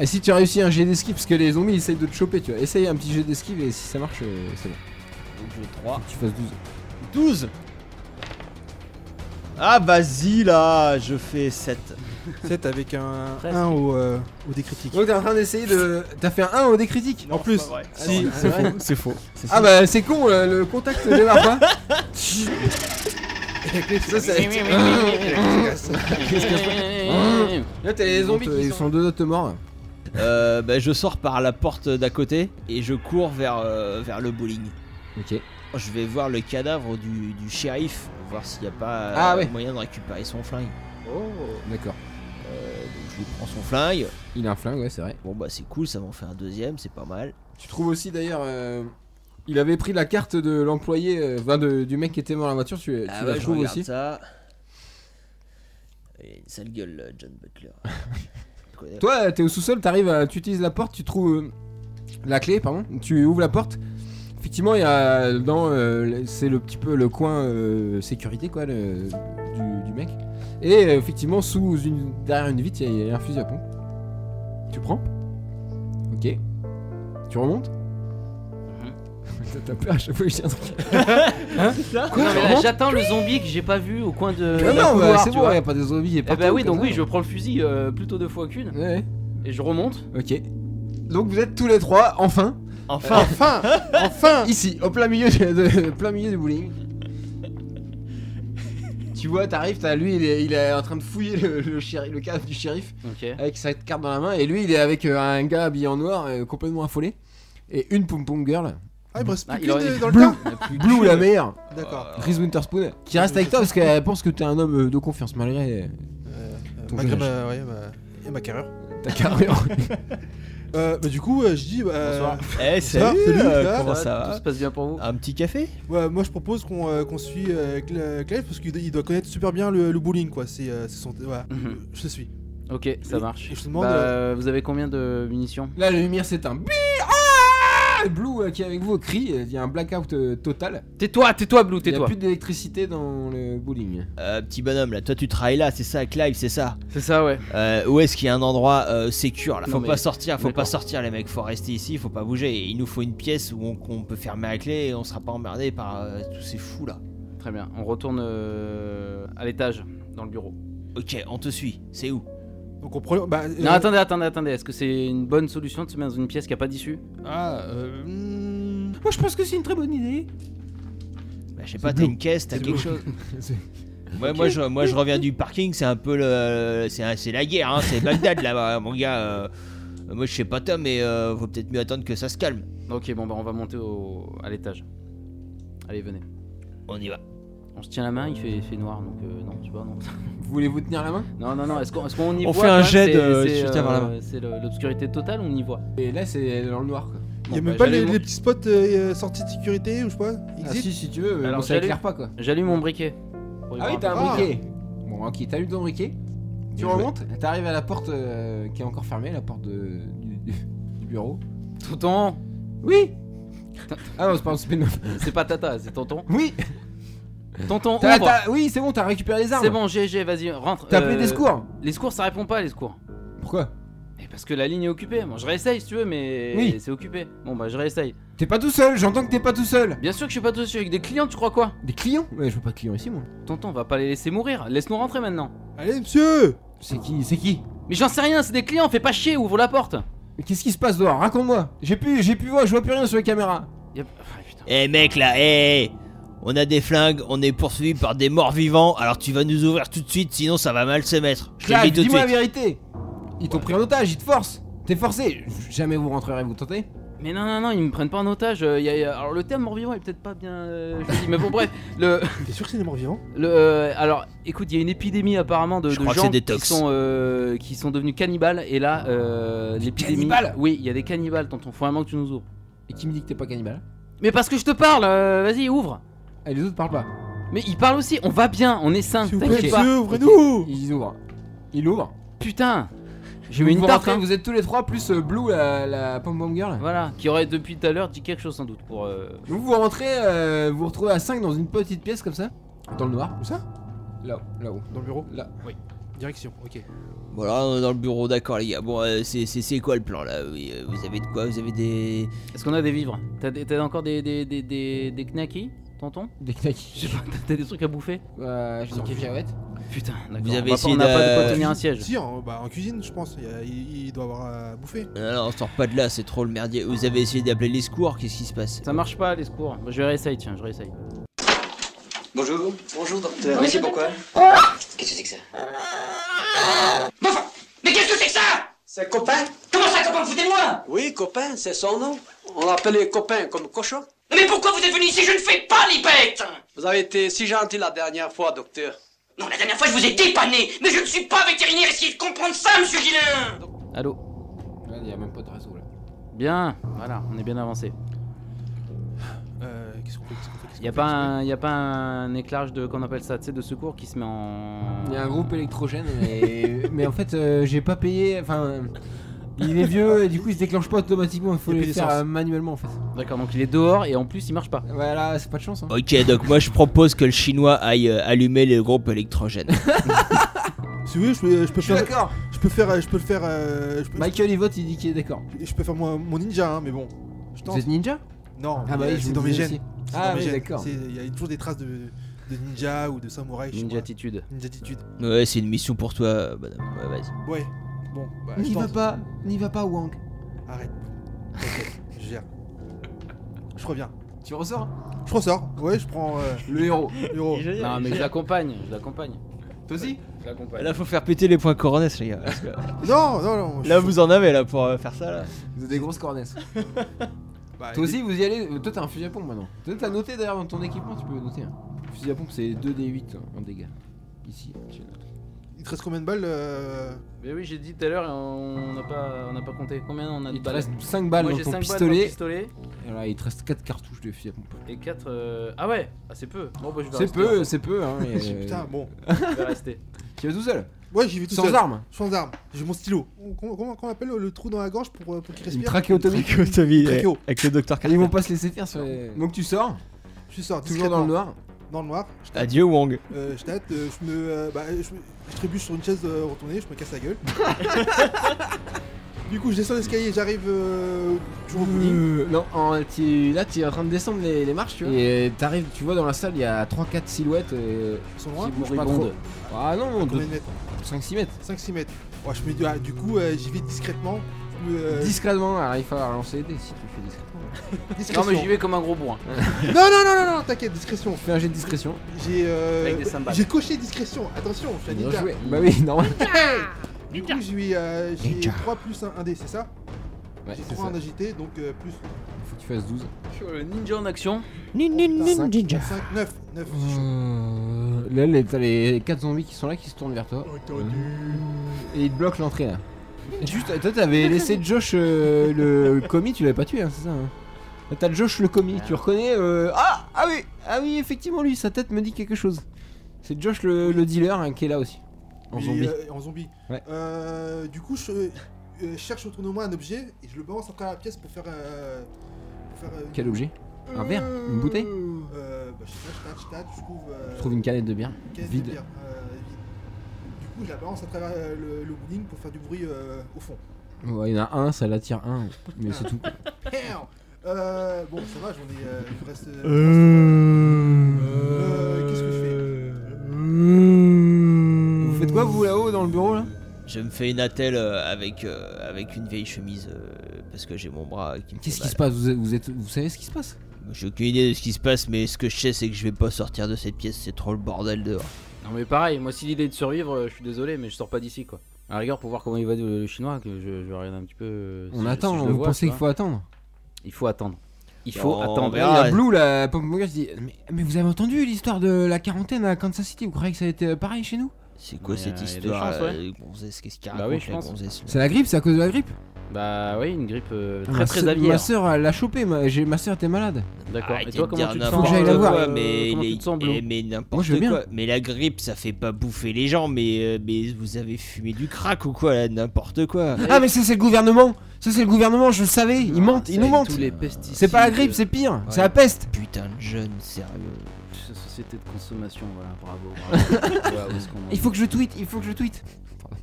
Speaker 1: Et si tu as réussi un jet d'esquive, parce que les zombies ils essayent de te choper, tu vois. Essaye un petit jet d'esquive et si ça marche, euh, c'est bon.
Speaker 4: Donc j'ai 3.
Speaker 1: Tu fasses 12.
Speaker 5: 12 Ah vas-y là, je fais 7.
Speaker 3: 7 avec un
Speaker 2: Presque.
Speaker 3: 1 au, euh, au dé critique.
Speaker 1: Donc t'es en train d'essayer de. T'as fait un 1 au dé critique
Speaker 3: En plus, si,
Speaker 1: c'est vrai.
Speaker 5: C'est faux. C'est
Speaker 1: Ah bah c'est con, euh, le contact ne démarre pas. ça, ça- Là t'as les zombies qui sont deux autres morts.
Speaker 4: Euh, ben je sors par la porte d'à côté et je cours vers, euh, vers le bowling.
Speaker 1: Ok.
Speaker 4: Je vais voir le cadavre du, du shérif, voir s'il n'y a pas euh,
Speaker 1: Ah ouais.
Speaker 4: moyen de récupérer son flingue.
Speaker 1: D'accord.
Speaker 4: Donc je lui prends son flingue.
Speaker 1: Il a un flingue, ouais, c'est vrai.
Speaker 4: Bon bah c'est cool, ça m'en fait un deuxième, c'est pas mal.
Speaker 1: Tu trouves aussi d'ailleurs. euh, il avait pris la carte de l'employé, euh, enfin, de- du mec qui était mort dans la voiture, tu, tu
Speaker 4: Ah
Speaker 1: la
Speaker 4: ouais, je
Speaker 1: trouves
Speaker 4: regarde
Speaker 1: aussi
Speaker 4: ça. Il a une sale gueule, euh, John Butler. Je connais.
Speaker 1: Toi, t'es au sous-sol, t'arrives, à- tu utilises la porte, tu trouves euh, la clé, pardon, tu ouvres la porte. Effectivement, il y a dans, euh, c'est le petit peu le coin euh, sécurité quoi, le- du, du mec. Et euh, effectivement, sous une, derrière une vitre, il y a- il y, a un fusil à pompe. Tu prends Ok. Tu remontes
Speaker 2: Mm-hmm.
Speaker 1: T'as peur à chaque fois que je dis un truc.
Speaker 2: Non, mais là,
Speaker 1: Vraiment
Speaker 2: J'attends le zombie que j'ai pas vu au coin de.
Speaker 1: Ah
Speaker 2: d'un
Speaker 1: non, bah,
Speaker 2: couloir,
Speaker 1: c'est
Speaker 2: tu
Speaker 1: bon,
Speaker 2: vois.
Speaker 1: il y a pas des zombies. il y a
Speaker 2: Eh bah
Speaker 1: partout,
Speaker 2: oui, donc
Speaker 1: comme
Speaker 2: oui,
Speaker 1: ça.
Speaker 2: je prends le fusil euh, plutôt deux fois qu'une
Speaker 1: Ouais, ouais.
Speaker 2: et je remonte.
Speaker 1: Ok. Donc vous êtes tous les trois, enfin,
Speaker 4: Enfin,
Speaker 3: enfin, enfin,
Speaker 1: ici, au plein milieu de, plein milieu du bowling. tu vois, t'arrives, t'as lui, il est, il est en train de fouiller le, le, chéri- le cadavre du shérif
Speaker 2: Ok.
Speaker 1: avec sa carte dans la main, et lui, il est avec euh, un gars habillé en noir, euh, complètement affolé, et une pom pom girl,
Speaker 3: ah, il me reste
Speaker 2: Ah,
Speaker 3: plus
Speaker 2: il aurait-
Speaker 3: qu'une dans le
Speaker 1: Bleu.
Speaker 3: temps.
Speaker 1: Blue la meilleure,
Speaker 3: D'accord.
Speaker 1: Reese Winterspoon, qui reste avec toi parce qu'elle pense que t'es un homme euh, de confiance malgré
Speaker 3: Euh, euh,
Speaker 1: Ton
Speaker 3: malgré
Speaker 1: jeune
Speaker 3: ma, ouais, ma- et ma carrure.
Speaker 1: ta carrure.
Speaker 3: Euh, bah, du coup, euh, je dis, bah,
Speaker 2: Bonsoir.
Speaker 4: eh salut,
Speaker 3: salut, ça
Speaker 4: euh,
Speaker 3: va
Speaker 4: comment
Speaker 2: Ça
Speaker 4: ça
Speaker 2: va, Tout
Speaker 4: va
Speaker 2: se passe bien pour vous
Speaker 4: Un petit café
Speaker 3: ouais, moi je propose qu'on euh, qu'on suit euh, Cla- Clive parce qu'il il doit connaître super bien le, le bowling quoi. C'est euh, c'est son. Voilà,
Speaker 2: Mhm.
Speaker 3: je te suis.
Speaker 2: Ok, ça
Speaker 3: Et-
Speaker 2: marche.
Speaker 3: et je te demande,
Speaker 2: Bah,
Speaker 3: euh,
Speaker 2: Vous avez combien de munitions
Speaker 1: Là, la lumière s'éteint. Bip Ah Blue euh, qui est avec vous crie, euh, il y a un blackout euh, total.
Speaker 2: Tais-toi, tais-toi, Blue,
Speaker 1: Il n'y a
Speaker 2: tais-toi.
Speaker 1: plus d'électricité dans le bowling.
Speaker 4: Euh, Petit bonhomme là, toi tu travailles là, c'est ça, Clive, c'est ça.
Speaker 2: C'est ça, ouais.
Speaker 4: Euh, où est-ce qu'il y a un endroit euh, sécure là Faut
Speaker 2: Non, mais-
Speaker 4: pas sortir, faut
Speaker 2: D'accord.
Speaker 4: pas sortir les mecs, faut rester ici, faut pas bouger. Et il nous faut une pièce où on, qu'on peut fermer la clé et on sera pas emmerdé par euh, tous ces fous là.
Speaker 2: Très bien. On retourne euh, à l'étage, dans le bureau.
Speaker 4: Ok, on te suit, c'est où
Speaker 3: Donc on prend. Bah, euh,
Speaker 2: Non, attendez, attendez, attendez. Est-ce que c'est une bonne solution de se mettre dans une pièce qui a pas d'issue
Speaker 5: Ah, euh, hmm.
Speaker 1: Moi je pense que c'est une très bonne idée.
Speaker 4: Bah, je sais pas, t'as une caisse, t'as quelque chose. Ouais,
Speaker 2: Ok.
Speaker 4: moi, je, moi je reviens du parking, c'est un peu le. C'est un- c'est la guerre, hein, c'est Bagdad là-bas, mon gars. euh, moi je sais pas toi, mais euh, faut peut-être mieux attendre que ça se calme.
Speaker 2: Ok, bon, bah on va monter au... à l'étage. Allez, venez.
Speaker 4: On y va.
Speaker 2: On se tient la main, il fait, il fait noir, donc euh, non, tu vois, non.
Speaker 1: Vous voulez vous tenir la main
Speaker 2: Non, non, non, est-ce qu'on est-ce qu'on y
Speaker 5: On
Speaker 2: voit
Speaker 5: fait un
Speaker 2: quand même
Speaker 5: jet
Speaker 2: C'est-
Speaker 5: de-
Speaker 2: c'est, euh,
Speaker 5: juste avant la main.
Speaker 2: C'est le- l'obscurité totale, on y voit.
Speaker 1: Et là c'est dans le noir. Quoi.
Speaker 3: Il
Speaker 2: Bon,
Speaker 3: y a même
Speaker 2: bah,
Speaker 3: pas les,
Speaker 2: j'allume-
Speaker 3: les petits spots euh, euh, sorties de sécurité ou je sais pas.
Speaker 1: Ah,
Speaker 3: Exit.
Speaker 1: si si tu veux, mais
Speaker 2: Alors,
Speaker 1: bon, ça
Speaker 2: j'allais-
Speaker 1: éclaire pas quoi.
Speaker 2: J'allume mon briquet. pour y
Speaker 1: Ah
Speaker 2: voir
Speaker 1: oui
Speaker 2: un
Speaker 1: t'as
Speaker 2: peu.
Speaker 1: un briquet. Bon ok t'as eu ton briquet. Tu remontes, t'arrives à la porte euh, qui est encore fermée, la porte de- du, du bureau.
Speaker 2: Tonton
Speaker 1: Oui Ah non, c'est pas un spin-off.
Speaker 2: C'est pas tata, c'est tonton.
Speaker 1: Oui
Speaker 2: Tonton,
Speaker 1: t'as-
Speaker 2: ouvre
Speaker 1: t'as- Oui, c'est bon, t'as récupéré les armes.
Speaker 2: C'est bon, GG, vas-y, rentre.
Speaker 1: T'as
Speaker 2: Euh,
Speaker 1: appelé des secours
Speaker 2: Les secours, ça répond pas, les secours.
Speaker 1: Pourquoi
Speaker 2: Et parce que la ligne est occupée. Moi, je réessaye si tu veux, mais
Speaker 1: Oui.
Speaker 2: c'est occupé. Bon, bah, je réessaye.
Speaker 1: T'es pas tout seul, j'entends que t'es pas tout seul
Speaker 2: Bien sûr que je suis pas tout seul je suis avec des clients, tu crois quoi
Speaker 1: Des clients Ouais, je veux pas de clients ici, moi.
Speaker 2: Tonton, on va pas les laisser mourir. Laisse-nous rentrer maintenant.
Speaker 3: Allez, monsieur
Speaker 1: C'est qui C'est qui
Speaker 2: Mais j'en sais rien, c'est des clients, fais pas chier, ouvre la porte.
Speaker 1: Mais Qu'est-ce qui se passe dehors Raconte-moi J'ai plus, j'ai plus voir, je vois plus rien sur les caméras
Speaker 2: Y a- Ah, putain.
Speaker 4: Eh mec là, eh On a des flingues, on est poursuivi par des morts vivants, alors tu vas nous ouvrir tout de suite, sinon ça va mal se mettre. Je te le
Speaker 1: Clive,
Speaker 4: dis tout de
Speaker 1: dis-moi la
Speaker 4: suite.
Speaker 1: vérité Ils t'ont pris en otage, ils te forcent T'es forcé Jamais vous rentrerez, vous tentez
Speaker 2: Mais non, non, non, ils me prennent pas en otage. euh, y a- y a- Alors, le terme mort-vivant est peut-être pas bien euh, choisi, mais bon, bref. Le,
Speaker 3: T'es sûr que c'est des morts vivants
Speaker 2: le, euh, alors, écoute, il y a une épidémie apparemment de,
Speaker 4: Je
Speaker 2: de
Speaker 4: crois que
Speaker 2: gens
Speaker 4: c'est des
Speaker 2: qui,
Speaker 4: tox.
Speaker 2: sont, euh, qui sont devenus cannibales. Et là, euh, l'épidémie.
Speaker 1: cannibales
Speaker 2: Oui, il y a des cannibales, tonton, faut vraiment que tu nous ouvres.
Speaker 1: Et qui me dit que t'es pas cannibale
Speaker 2: Mais parce que je te parle, euh, vas-y, ouvre.
Speaker 1: Et les autres parlent pas.
Speaker 2: Mais il parle aussi, on va bien, on est sain,
Speaker 3: S'il vous plaît,
Speaker 2: t'inquiète pas.
Speaker 3: monsieur, ouvrez-nous
Speaker 1: Ils ouvrent. Ils ouvrent.
Speaker 2: Putain, j'ai
Speaker 1: Vous
Speaker 2: mis une tarte.
Speaker 1: rentrez,
Speaker 2: hein.
Speaker 1: Vous êtes tous les trois, plus euh, Blue, la, la pom-pom girl.
Speaker 2: Voilà, qui aurait depuis tout à l'heure dit quelque chose sans doute pour. euh,
Speaker 1: Donc vous rentrez, euh, vous vous retrouvez à 5 dans une petite pièce comme ça, dans le noir.
Speaker 3: Où ça
Speaker 1: Là-haut, là-haut.
Speaker 3: Dans le bureau
Speaker 1: Là.
Speaker 3: Direction, ok.
Speaker 4: Voilà, on est dans le bureau, d'accord les gars. Bon, euh, c'est- c'est c'est quoi le plan là Oui, euh, Vous avez de quoi Vous avez des.
Speaker 2: Est-ce qu'on a des vivres T'as des- t'as encore des des des des, des knackis, tonton
Speaker 1: Des
Speaker 2: Je
Speaker 1: knacks.
Speaker 2: sais pas, t'as des trucs à bouffer
Speaker 1: Euh, j'ai des cacahuètes.
Speaker 2: Putain, d'accord.
Speaker 4: Vous
Speaker 2: on
Speaker 4: avez
Speaker 2: va pas-
Speaker 4: essayé
Speaker 2: On n'a pas de quoi
Speaker 4: de-
Speaker 2: tenir un siège.
Speaker 3: Si, en, bah, en cuisine, je pense. Il, y a- il- il doit avoir à bouffer.
Speaker 4: Non, non, on sort pas de là, c'est trop le merdier. Vous avez essayé d'appeler les secours, qu'est-ce qui se passe
Speaker 2: Ça marche pas, les secours. Bah, je réessaye, tiens, je réessaye.
Speaker 8: Bonjour. Bonjour, docteur. Mais c'est pourquoi Qu'est-ce que c'est que ça
Speaker 7: Mais qu'est-ce que c'est que ça
Speaker 8: C'est copain
Speaker 7: Comment ça, comment vous moi
Speaker 8: Oui, copain, c'est son nom. On l'appelle les copains comme cochon.
Speaker 7: Mais pourquoi vous êtes venu ici Je ne fais pas les bêtes
Speaker 8: Vous avez été si gentil la dernière fois, docteur.
Speaker 7: Non, la dernière fois, je vous ai dépanné, mais je ne suis pas vétérinaire, essayez de comprendre ça, monsieur Guillain
Speaker 2: Allô
Speaker 1: Là, il y a même pas de réseau là.
Speaker 2: Bien, voilà, on est bien avancé.
Speaker 3: Euh, qu'est-ce qu'on fait, qu'est-ce qu'on fait, qu'est-ce
Speaker 2: Y a
Speaker 3: qu'on
Speaker 2: pas
Speaker 3: fait,
Speaker 2: un, y a pas un éclairage de, qu'on appelle ça, tu sais, de secours qui se met en.
Speaker 1: Il y a un groupe électrogène, mais, mais en fait, euh, j'ai pas payé. Enfin, il est vieux et du coup, il se déclenche pas automatiquement. Il faut
Speaker 3: Il y a
Speaker 1: les
Speaker 3: plus
Speaker 1: faire
Speaker 3: d'essence.
Speaker 1: euh, manuellement en fait.
Speaker 2: D'accord, donc il est dehors et en plus il marche pas.
Speaker 1: Voilà, c'est pas de chance. Hein.
Speaker 4: Ok, donc moi je propose que le chinois aille euh, allumer le groupe électrogène.
Speaker 3: qu'est-ce qu'on- Si vous voulez, je peux, je
Speaker 1: Je
Speaker 3: peux
Speaker 1: suis
Speaker 3: faire.
Speaker 1: d'accord.
Speaker 3: Je peux faire. Je peux le faire. euh, je, peux,
Speaker 1: Michael, il vote, il dit qu'il est d'accord.
Speaker 3: je peux faire moi, mon ninja, hein, mais bon. Je
Speaker 1: Vous
Speaker 3: tente.
Speaker 1: êtes ninja
Speaker 3: Non,
Speaker 1: Ah bah oui, je
Speaker 3: c'est
Speaker 1: vous
Speaker 3: dans
Speaker 1: le
Speaker 3: mes
Speaker 1: disais
Speaker 3: gènes.
Speaker 1: aussi.
Speaker 3: C'est
Speaker 1: Ah
Speaker 3: dans mes
Speaker 1: oui,
Speaker 3: gènes.
Speaker 1: d'accord.
Speaker 3: C'est- Il y a toujours des traces de, de ninja ou de samouraï. chez
Speaker 2: Ninja
Speaker 3: moi.
Speaker 2: attitude.
Speaker 3: Ninja attitude.
Speaker 4: ouais, c'est une mission pour toi, euh, madame. Ouais, vas-y.
Speaker 3: Ouais. Bon, bah, je
Speaker 1: N'y va
Speaker 3: tente.
Speaker 1: pas, n'y va pas, Wang.
Speaker 3: Arrête. T'inquiète, je gère. Je reviens.
Speaker 1: Tu ressors
Speaker 3: Je ressors. Ouais, je prends. euh,
Speaker 1: Le héros.
Speaker 3: l'euro.
Speaker 2: Non, mais je l'accompagne, je l'accompagne.
Speaker 1: Toi aussi
Speaker 2: Je l'accompagne.
Speaker 5: Là, faut faire péter les points coronets, les gars. parce que
Speaker 3: Non, non, non. je-
Speaker 5: là, vous en avez là pour euh, faire ça. Là.
Speaker 1: Vous avez des grosses cornesses.
Speaker 3: Bah,
Speaker 1: Toi aussi, vous y allez. euh, Toi, t'as un fusil à pompe maintenant. Toi, t'as noté d'ailleurs dans ton équipement, tu peux noter. hein. Fusil à pompe, c'est 2d8 en dégâts. Ici, tu notes.
Speaker 3: Il te reste combien de balles euh,
Speaker 2: Mais oui, j'ai dit tout à l'heure, on n'a pas, on a pas compté. Combien on a de
Speaker 1: Il te
Speaker 2: balles
Speaker 1: reste 5 balles
Speaker 2: Moi
Speaker 1: dans
Speaker 2: j'ai 5
Speaker 1: ton
Speaker 2: balles
Speaker 1: pistolet.
Speaker 2: pistolet.
Speaker 1: Et là, il te reste 4 cartouches de fusil à pompe.
Speaker 2: Et 4. Ah ouais, ah, c'est peu. Bon, bah, je vais
Speaker 1: C'est
Speaker 2: rester,
Speaker 1: peu,
Speaker 2: en
Speaker 1: c'est peu, hein. mais, euh,
Speaker 3: Putain, bon.
Speaker 2: fait. Je vais rester.
Speaker 1: Tu vas tout seul.
Speaker 3: Ouais, j'y vais tout
Speaker 1: Sans
Speaker 3: seul.
Speaker 1: armes.
Speaker 3: Sans arme. J'ai mon stylo. Comment, comment, comment on appelle le trou dans la gorge pour, euh, pour qu'il
Speaker 1: Une
Speaker 3: respire
Speaker 1: trachéotomie.
Speaker 5: Avec Tommy,
Speaker 3: Très
Speaker 5: euh,
Speaker 3: haut.
Speaker 5: avec le docteur
Speaker 1: Ils vont
Speaker 5: Carter.
Speaker 1: pas se laisser faire sur les. Donc tu sors,
Speaker 3: Je sors
Speaker 1: toujours dans le noir.
Speaker 3: Dans le noir. Je tâte.
Speaker 5: Adieu Wong.
Speaker 3: euh, je tâte, euh, je me. euh, bah, je, me- je trébuche sur une chaise euh, retournée, je me casse la gueule. du coup, je descends l'escalier, j'arrive. Euh, toujours au bowling.
Speaker 1: Euh, non, en- tu- là tu es en train de descendre les, les marches, tu vois. Et t'arrives, tu vois dans la salle, il y a 3-4 silhouettes euh,
Speaker 3: Ils sont
Speaker 1: qui
Speaker 3: loin.
Speaker 1: bougent pas trop.
Speaker 2: moribondes.
Speaker 1: Ah non,
Speaker 3: Combien de mètres
Speaker 1: 5-6 mètres.
Speaker 3: 5-6 mètres. Ouais, je me dis, ah, du coup, euh, j'y vais discrètement. Je me, euh,
Speaker 1: Discrètement, alors il faut lancer les dés si tu le fais discrètement.
Speaker 3: discrétion.
Speaker 2: Non, mais j'y vais comme un gros bourrin.
Speaker 3: Non, non, non, non, non, t'inquiète, discrétion.
Speaker 1: Fais un jet de discrétion.
Speaker 3: J'ai
Speaker 2: Avec des
Speaker 3: euh,
Speaker 2: cymbales.
Speaker 3: j'ai coché discrétion. Attention, je suis un
Speaker 1: Bien
Speaker 3: ninja.
Speaker 1: joué. Bah oui, normal.
Speaker 3: Du coup, j'ai euh, j'ai
Speaker 1: Ninja.
Speaker 3: 3 plus 1, 1 dé, c'est ça
Speaker 1: Ouais,
Speaker 3: J'ai
Speaker 1: c'est
Speaker 3: 3
Speaker 1: ça.
Speaker 3: en agité, donc euh, plus
Speaker 1: Faut que tu fasses 12.
Speaker 2: Sur le ninja en action.
Speaker 1: Cinq.
Speaker 3: 5, 9. 9.
Speaker 1: Mmh. Euh, Là, les- t'as les 4 zombies qui sont là qui se tournent vers toi. Mmh. Et ils te bloquent l'entrée là. Juste, toi t'avais laissé Josh euh, le commis, tu l'avais pas tué, hein, c'est ça hein Là, T'as Josh le commis, tu reconnais euh, Ah Ah oui Ah oui, effectivement, lui, sa tête me dit quelque chose. C'est Josh le, le dealer hein, qui est là aussi. En
Speaker 3: Mais,
Speaker 1: zombie.
Speaker 3: euh, en zombie.
Speaker 1: Ouais.
Speaker 3: Euh, du coup, je euh, cherche autour de moi un objet et je le balance à travers la pièce pour faire. euh, pour faire euh,
Speaker 1: Quel objet Un verre Une bouteille
Speaker 3: euh, bah, je sais pas, je tâte, je tâte, je trouve. euh,
Speaker 1: Je trouve une canette de bière.
Speaker 3: une caisse de
Speaker 1: Vide.
Speaker 3: bière, euh, vide. Du coup, je la balance à travers euh, le, le bowling pour faire du bruit euh, au fond.
Speaker 1: Ouais, il y en a un, ça l'attire un. Mais c'est tout.
Speaker 3: Bam Euh, bon, ça va, j'en ai. euh, il me reste. Euh, qu'est-ce que je fais
Speaker 1: Vous faites quoi, vous, là-haut, dans le bureau, là
Speaker 4: Je me fais une attelle euh, avec, euh, avec une vieille chemise euh, parce que j'ai mon bras qui me fait
Speaker 1: Qu'est-ce qui
Speaker 4: mal.
Speaker 1: se passe vous, êtes- vous êtes, vous savez ce qui se passe
Speaker 4: J'ai aucune idée de ce qui se passe, mais ce que je sais, c'est que je vais pas sortir de cette pièce, c'est trop le bordel dehors.
Speaker 2: Non mais pareil, moi si l'idée est de survivre, euh, je suis désolé, mais je sors pas d'ici quoi. À la rigueur, pour voir comment il va le, le chinois, que je, je vais regarder un petit peu. euh, si
Speaker 1: On
Speaker 2: je-
Speaker 1: attend,
Speaker 2: si je le
Speaker 1: vous
Speaker 2: vois,
Speaker 1: pensez
Speaker 2: tu
Speaker 1: qu'il faut attendre.
Speaker 2: vois. Il faut attendre. Il faut
Speaker 4: On
Speaker 2: attendre.
Speaker 1: Et
Speaker 4: verra.
Speaker 1: la Blue, la Pop Monger, je dis mais, mais vous avez entendu l'histoire de la quarantaine à Kansas City Vous croyez que ça a été euh, pareil chez nous
Speaker 4: C'est quoi
Speaker 2: Mais, euh,
Speaker 4: cette
Speaker 2: y a des
Speaker 4: histoire
Speaker 2: chances, ouais.
Speaker 4: euh, Gonzesse, qu'est-ce qu'il
Speaker 2: Bah
Speaker 4: raconte
Speaker 2: oui, je
Speaker 4: la
Speaker 2: pense.
Speaker 4: gonzesse, là
Speaker 1: C'est la grippe, c'est à cause de la grippe
Speaker 2: Bah oui, une grippe euh,
Speaker 1: Ma
Speaker 2: très très
Speaker 1: sœur-
Speaker 2: aviaire.
Speaker 1: Ma soeur, elle l'a chopé, ma, j'ai- ma soeur était malade.
Speaker 2: D'accord. Et
Speaker 4: Arrêtez
Speaker 2: toi
Speaker 4: de
Speaker 2: comment
Speaker 4: dire
Speaker 2: tu te
Speaker 4: n'importe
Speaker 1: Faut
Speaker 2: sens
Speaker 1: que j'aille la
Speaker 2: euh,
Speaker 1: voir.
Speaker 4: quoi,
Speaker 2: comment
Speaker 4: mais
Speaker 2: tu
Speaker 4: les-
Speaker 2: te sens, Blue
Speaker 4: eh, mais
Speaker 1: Moi,
Speaker 4: n'importe
Speaker 1: je veux bien.
Speaker 4: quoi. Mais la grippe, ça fait pas bouffer les gens, mais, euh, mais vous avez fumé du crack ou quoi là, N'importe quoi.
Speaker 1: Ah, mais ça, c'est le gouvernement Ça, c'est le gouvernement, je le savais, ils mentent, ils nous mentent
Speaker 2: Ah, Tous les pesticides.
Speaker 1: C'est pas la grippe, c'est pire, c'est la peste
Speaker 4: Putain de jeune, sérieux.
Speaker 2: Pff, Ah, Société de consommation, voilà, bravo. bravo. Ouais, où est-ce qu'on en
Speaker 1: Il
Speaker 2: est
Speaker 1: faut que je tweete, il faut que je tweete Pardon.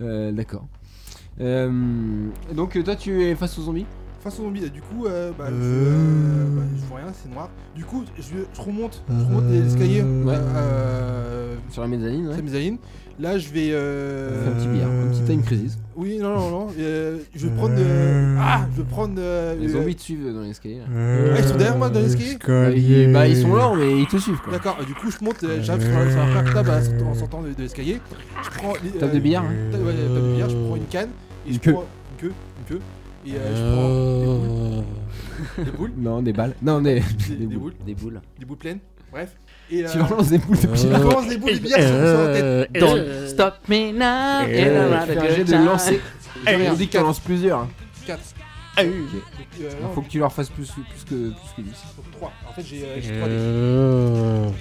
Speaker 1: Euh, d'accord. Euh, donc, toi, tu es face aux zombies
Speaker 3: Face aux zombies, du coup, euh, bah, je, euh, bah, je vois rien, c'est noir. Du coup, je, je remonte, je remonte l'escalier.
Speaker 1: Ouais.
Speaker 3: Euh,
Speaker 1: Sur la mezzanine,
Speaker 3: sur la
Speaker 1: ouais.
Speaker 3: mezzanine. Là, je vais.
Speaker 1: Fais
Speaker 3: Euh,
Speaker 1: Un petit bière, un petit time crisis.
Speaker 3: Oui, non, non, non. euh, je vais prendre. euh, Ah, je vais prendre. euh,
Speaker 1: Les
Speaker 3: euh,
Speaker 1: zombies te suivent dans l'escalier. là.
Speaker 3: ah, ils sont derrière moi dans l'escalier
Speaker 1: Bah, ils- bah, ils sont lents, mais ils te suivent quoi.
Speaker 3: D'accord, euh, du coup je monte, euh, j'arrive sur la, sur la première table à- euh, en sortant de, de l'escalier. Je prends. les-
Speaker 1: Table de
Speaker 3: euh,
Speaker 1: billard, hein.
Speaker 3: ta- ouais, la table de billard, je prends une canne et
Speaker 1: Une
Speaker 3: je
Speaker 1: queue.
Speaker 3: prends une queue, une queue, et euh, je prends
Speaker 1: Euh.
Speaker 3: des boules,
Speaker 1: Non, des balles. Non, des,
Speaker 3: des,
Speaker 1: des
Speaker 3: des
Speaker 1: boules.
Speaker 3: boules,
Speaker 2: Des boules.
Speaker 3: des boules pleines, bref. Et euh,
Speaker 1: Tu leur lances Euh. des boules de
Speaker 3: je
Speaker 1: billard.
Speaker 3: commence des boules de billard sur, sur la tête.
Speaker 2: Don't stop me now.
Speaker 1: Et euh, tu fais un jet de lancer.
Speaker 3: Eh,
Speaker 1: On dit que t'en lances plusieurs. hein.
Speaker 3: Donc, euh, non,
Speaker 1: Faut que tu leur fasses plus, plus que plus que 10.
Speaker 3: donc, trois. En fait j'ai euh, j'ai trois dés.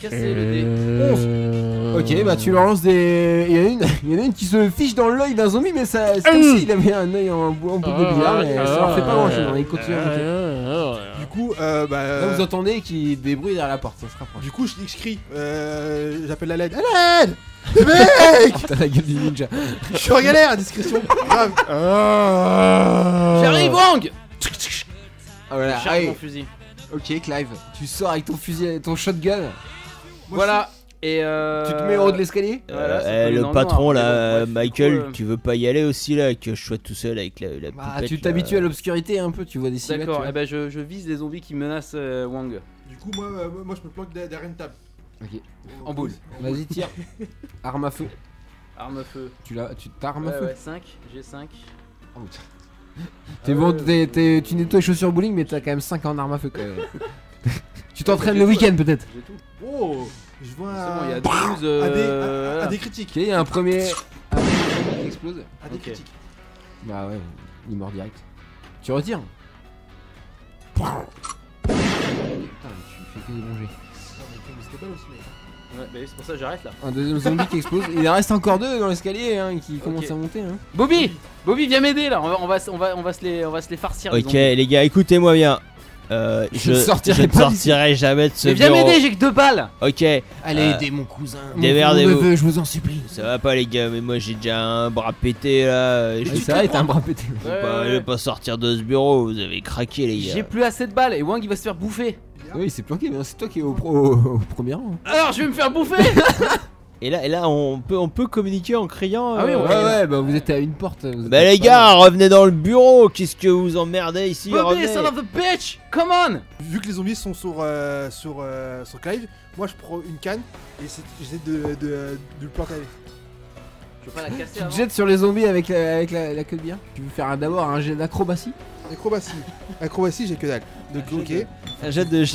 Speaker 2: Casser le dé.
Speaker 3: Euh,
Speaker 1: Ok, bah tu leur lances des. Il y, en a une- il y en a une qui se fiche dans l'œil d'un zombie, mais ça, c'est
Speaker 3: Hum.
Speaker 1: comme s'il avait un œil en, bou- en boule
Speaker 3: Ah,
Speaker 1: de billard, et ça leur fait pas grand chose. Ils continuent à monter.
Speaker 3: Du coup, euh, bah.
Speaker 1: Là,
Speaker 3: euh,
Speaker 1: vous entendez qui débrouille derrière la porte, ça se rapproche.
Speaker 3: du coup je, je crie, euh, j'appelle la LED. Allez,
Speaker 1: T'as la gueule du ninja.
Speaker 3: je suis en galère à discrétion. Grave. Euh,
Speaker 2: J'arrive, Wang
Speaker 1: Ah, voilà,
Speaker 2: Charge
Speaker 1: allez.
Speaker 2: mon fusil.
Speaker 1: Ok, Clive, tu sors avec ton fusil, et ton shotgun.
Speaker 2: Voilà. Et euh...
Speaker 1: Tu te mets au haut de l'escalier.
Speaker 2: Voilà, ça
Speaker 4: Euh,
Speaker 2: peut aller dans
Speaker 4: le
Speaker 2: le
Speaker 4: patron
Speaker 2: noir, hein. mais bon,
Speaker 4: là,
Speaker 2: bref, du
Speaker 4: Michael,
Speaker 2: coup, euh,
Speaker 4: tu veux pas y aller aussi là, que je sois tout seul avec la, la
Speaker 1: Bah,
Speaker 4: poupette,
Speaker 1: tu
Speaker 4: là.
Speaker 1: t'habitues à l'obscurité un peu, tu vois des silhouettes.
Speaker 2: D'accord,
Speaker 1: tu vois.
Speaker 2: eh ben je, je vise les zombies qui menacent euh, Wang.
Speaker 3: Du coup moi, euh, moi je me planque derrière derrière une table. euh,
Speaker 1: Ok.
Speaker 2: ben, En boule.
Speaker 1: Vas-y, tire. Arme à feu.
Speaker 2: Arme à feu.
Speaker 1: Tu l'as, tu t'armes à
Speaker 2: Ouais, Ah
Speaker 1: feu.
Speaker 2: ouais, 5, j'ai 5.
Speaker 1: Oh, putain. T'es bon, t'es- t'es- tu nettoies les chaussures bowling, mais t'as quand même 5 en arme à feu quand même. tu t'entraînes le week-end peut-être.
Speaker 2: J'ai tout.
Speaker 3: Oh Je vois
Speaker 2: C'est bon, il y
Speaker 3: un...
Speaker 2: a 12.
Speaker 3: Ah. à des,
Speaker 2: euh,
Speaker 3: à- à- à
Speaker 2: voilà.
Speaker 3: des critiques.
Speaker 1: Ok, il y a un premier. un premier qui explose.
Speaker 3: À des
Speaker 2: Ok.
Speaker 3: critiques.
Speaker 1: Bah ouais, il meurt direct. Tu retires Putain, mais tu fais que des bons jets.
Speaker 3: Non, mais mais c'était pas aussi, mais-
Speaker 2: Ouais, bah, c'est pour ça que j'arrête là.
Speaker 1: Un deuxième zombie qui explose. Il en reste encore deux dans l'escalier hein, qui commencent à monter. Hein.
Speaker 2: Bobby Bobby, viens m'aider là, on va, on, va, on, va, on, va se les, on va se les farcir. les
Speaker 4: euh, Ok,
Speaker 2: zombies.
Speaker 4: les gars, écoutez-moi bien. Euh,
Speaker 1: Je
Speaker 4: je,
Speaker 1: ne sortirai
Speaker 4: je ne
Speaker 1: pas d'ici.
Speaker 4: sortirai jamais de ce
Speaker 2: Mais viens
Speaker 4: bureau.
Speaker 2: m'aider, j'ai que deux balles
Speaker 4: Ok,
Speaker 1: Allez,
Speaker 4: Euh,
Speaker 1: aidez mon cousin.
Speaker 4: démerdez-vous.
Speaker 1: Mon neveu, je vous en supplie.
Speaker 4: ça va pas les gars, mais moi j'ai déjà un bras pété là. et Je
Speaker 1: Ouais, C'est vrai, t'as un bras pété.
Speaker 4: je vais pas, Bah, je vais pas sortir de ce bureau, vous avez craqué les gars.
Speaker 2: J'ai plus assez de balles et Wang il va se faire bouffer.
Speaker 1: Oui, il s'est planqué, mais c'est toi qui es au, pro- au premier rang.
Speaker 2: Alors je vais me faire bouffer
Speaker 4: Et là, et là on, peut, on peut communiquer en criant.
Speaker 2: Ah oui,
Speaker 4: euh,
Speaker 2: on
Speaker 1: Ouais,
Speaker 2: crie,
Speaker 1: ouais, bah vous êtes à une porte. vous
Speaker 4: Bah
Speaker 1: êtes
Speaker 4: les
Speaker 1: pas-
Speaker 4: gars, revenez dans le bureau, qu'est-ce que vous emmerdez ici
Speaker 2: Bobby,
Speaker 4: revenez.
Speaker 2: son of a bitch Come on
Speaker 3: Vu que les zombies sont sur, euh, sur, euh, sur Clive, moi je prends une canne et c'est- j'essaie de, de, de le planter avec.
Speaker 2: Je veux pas la casser
Speaker 1: Tu te jettes sur les zombies avec la, avec la, la queue de bière. Tu veux faire un- d'abord un jet d'acrobatie
Speaker 3: Acrobatie. Acrobatie, j'ai que dalle. Donc ok,
Speaker 4: Un jet de
Speaker 1: Tu passes au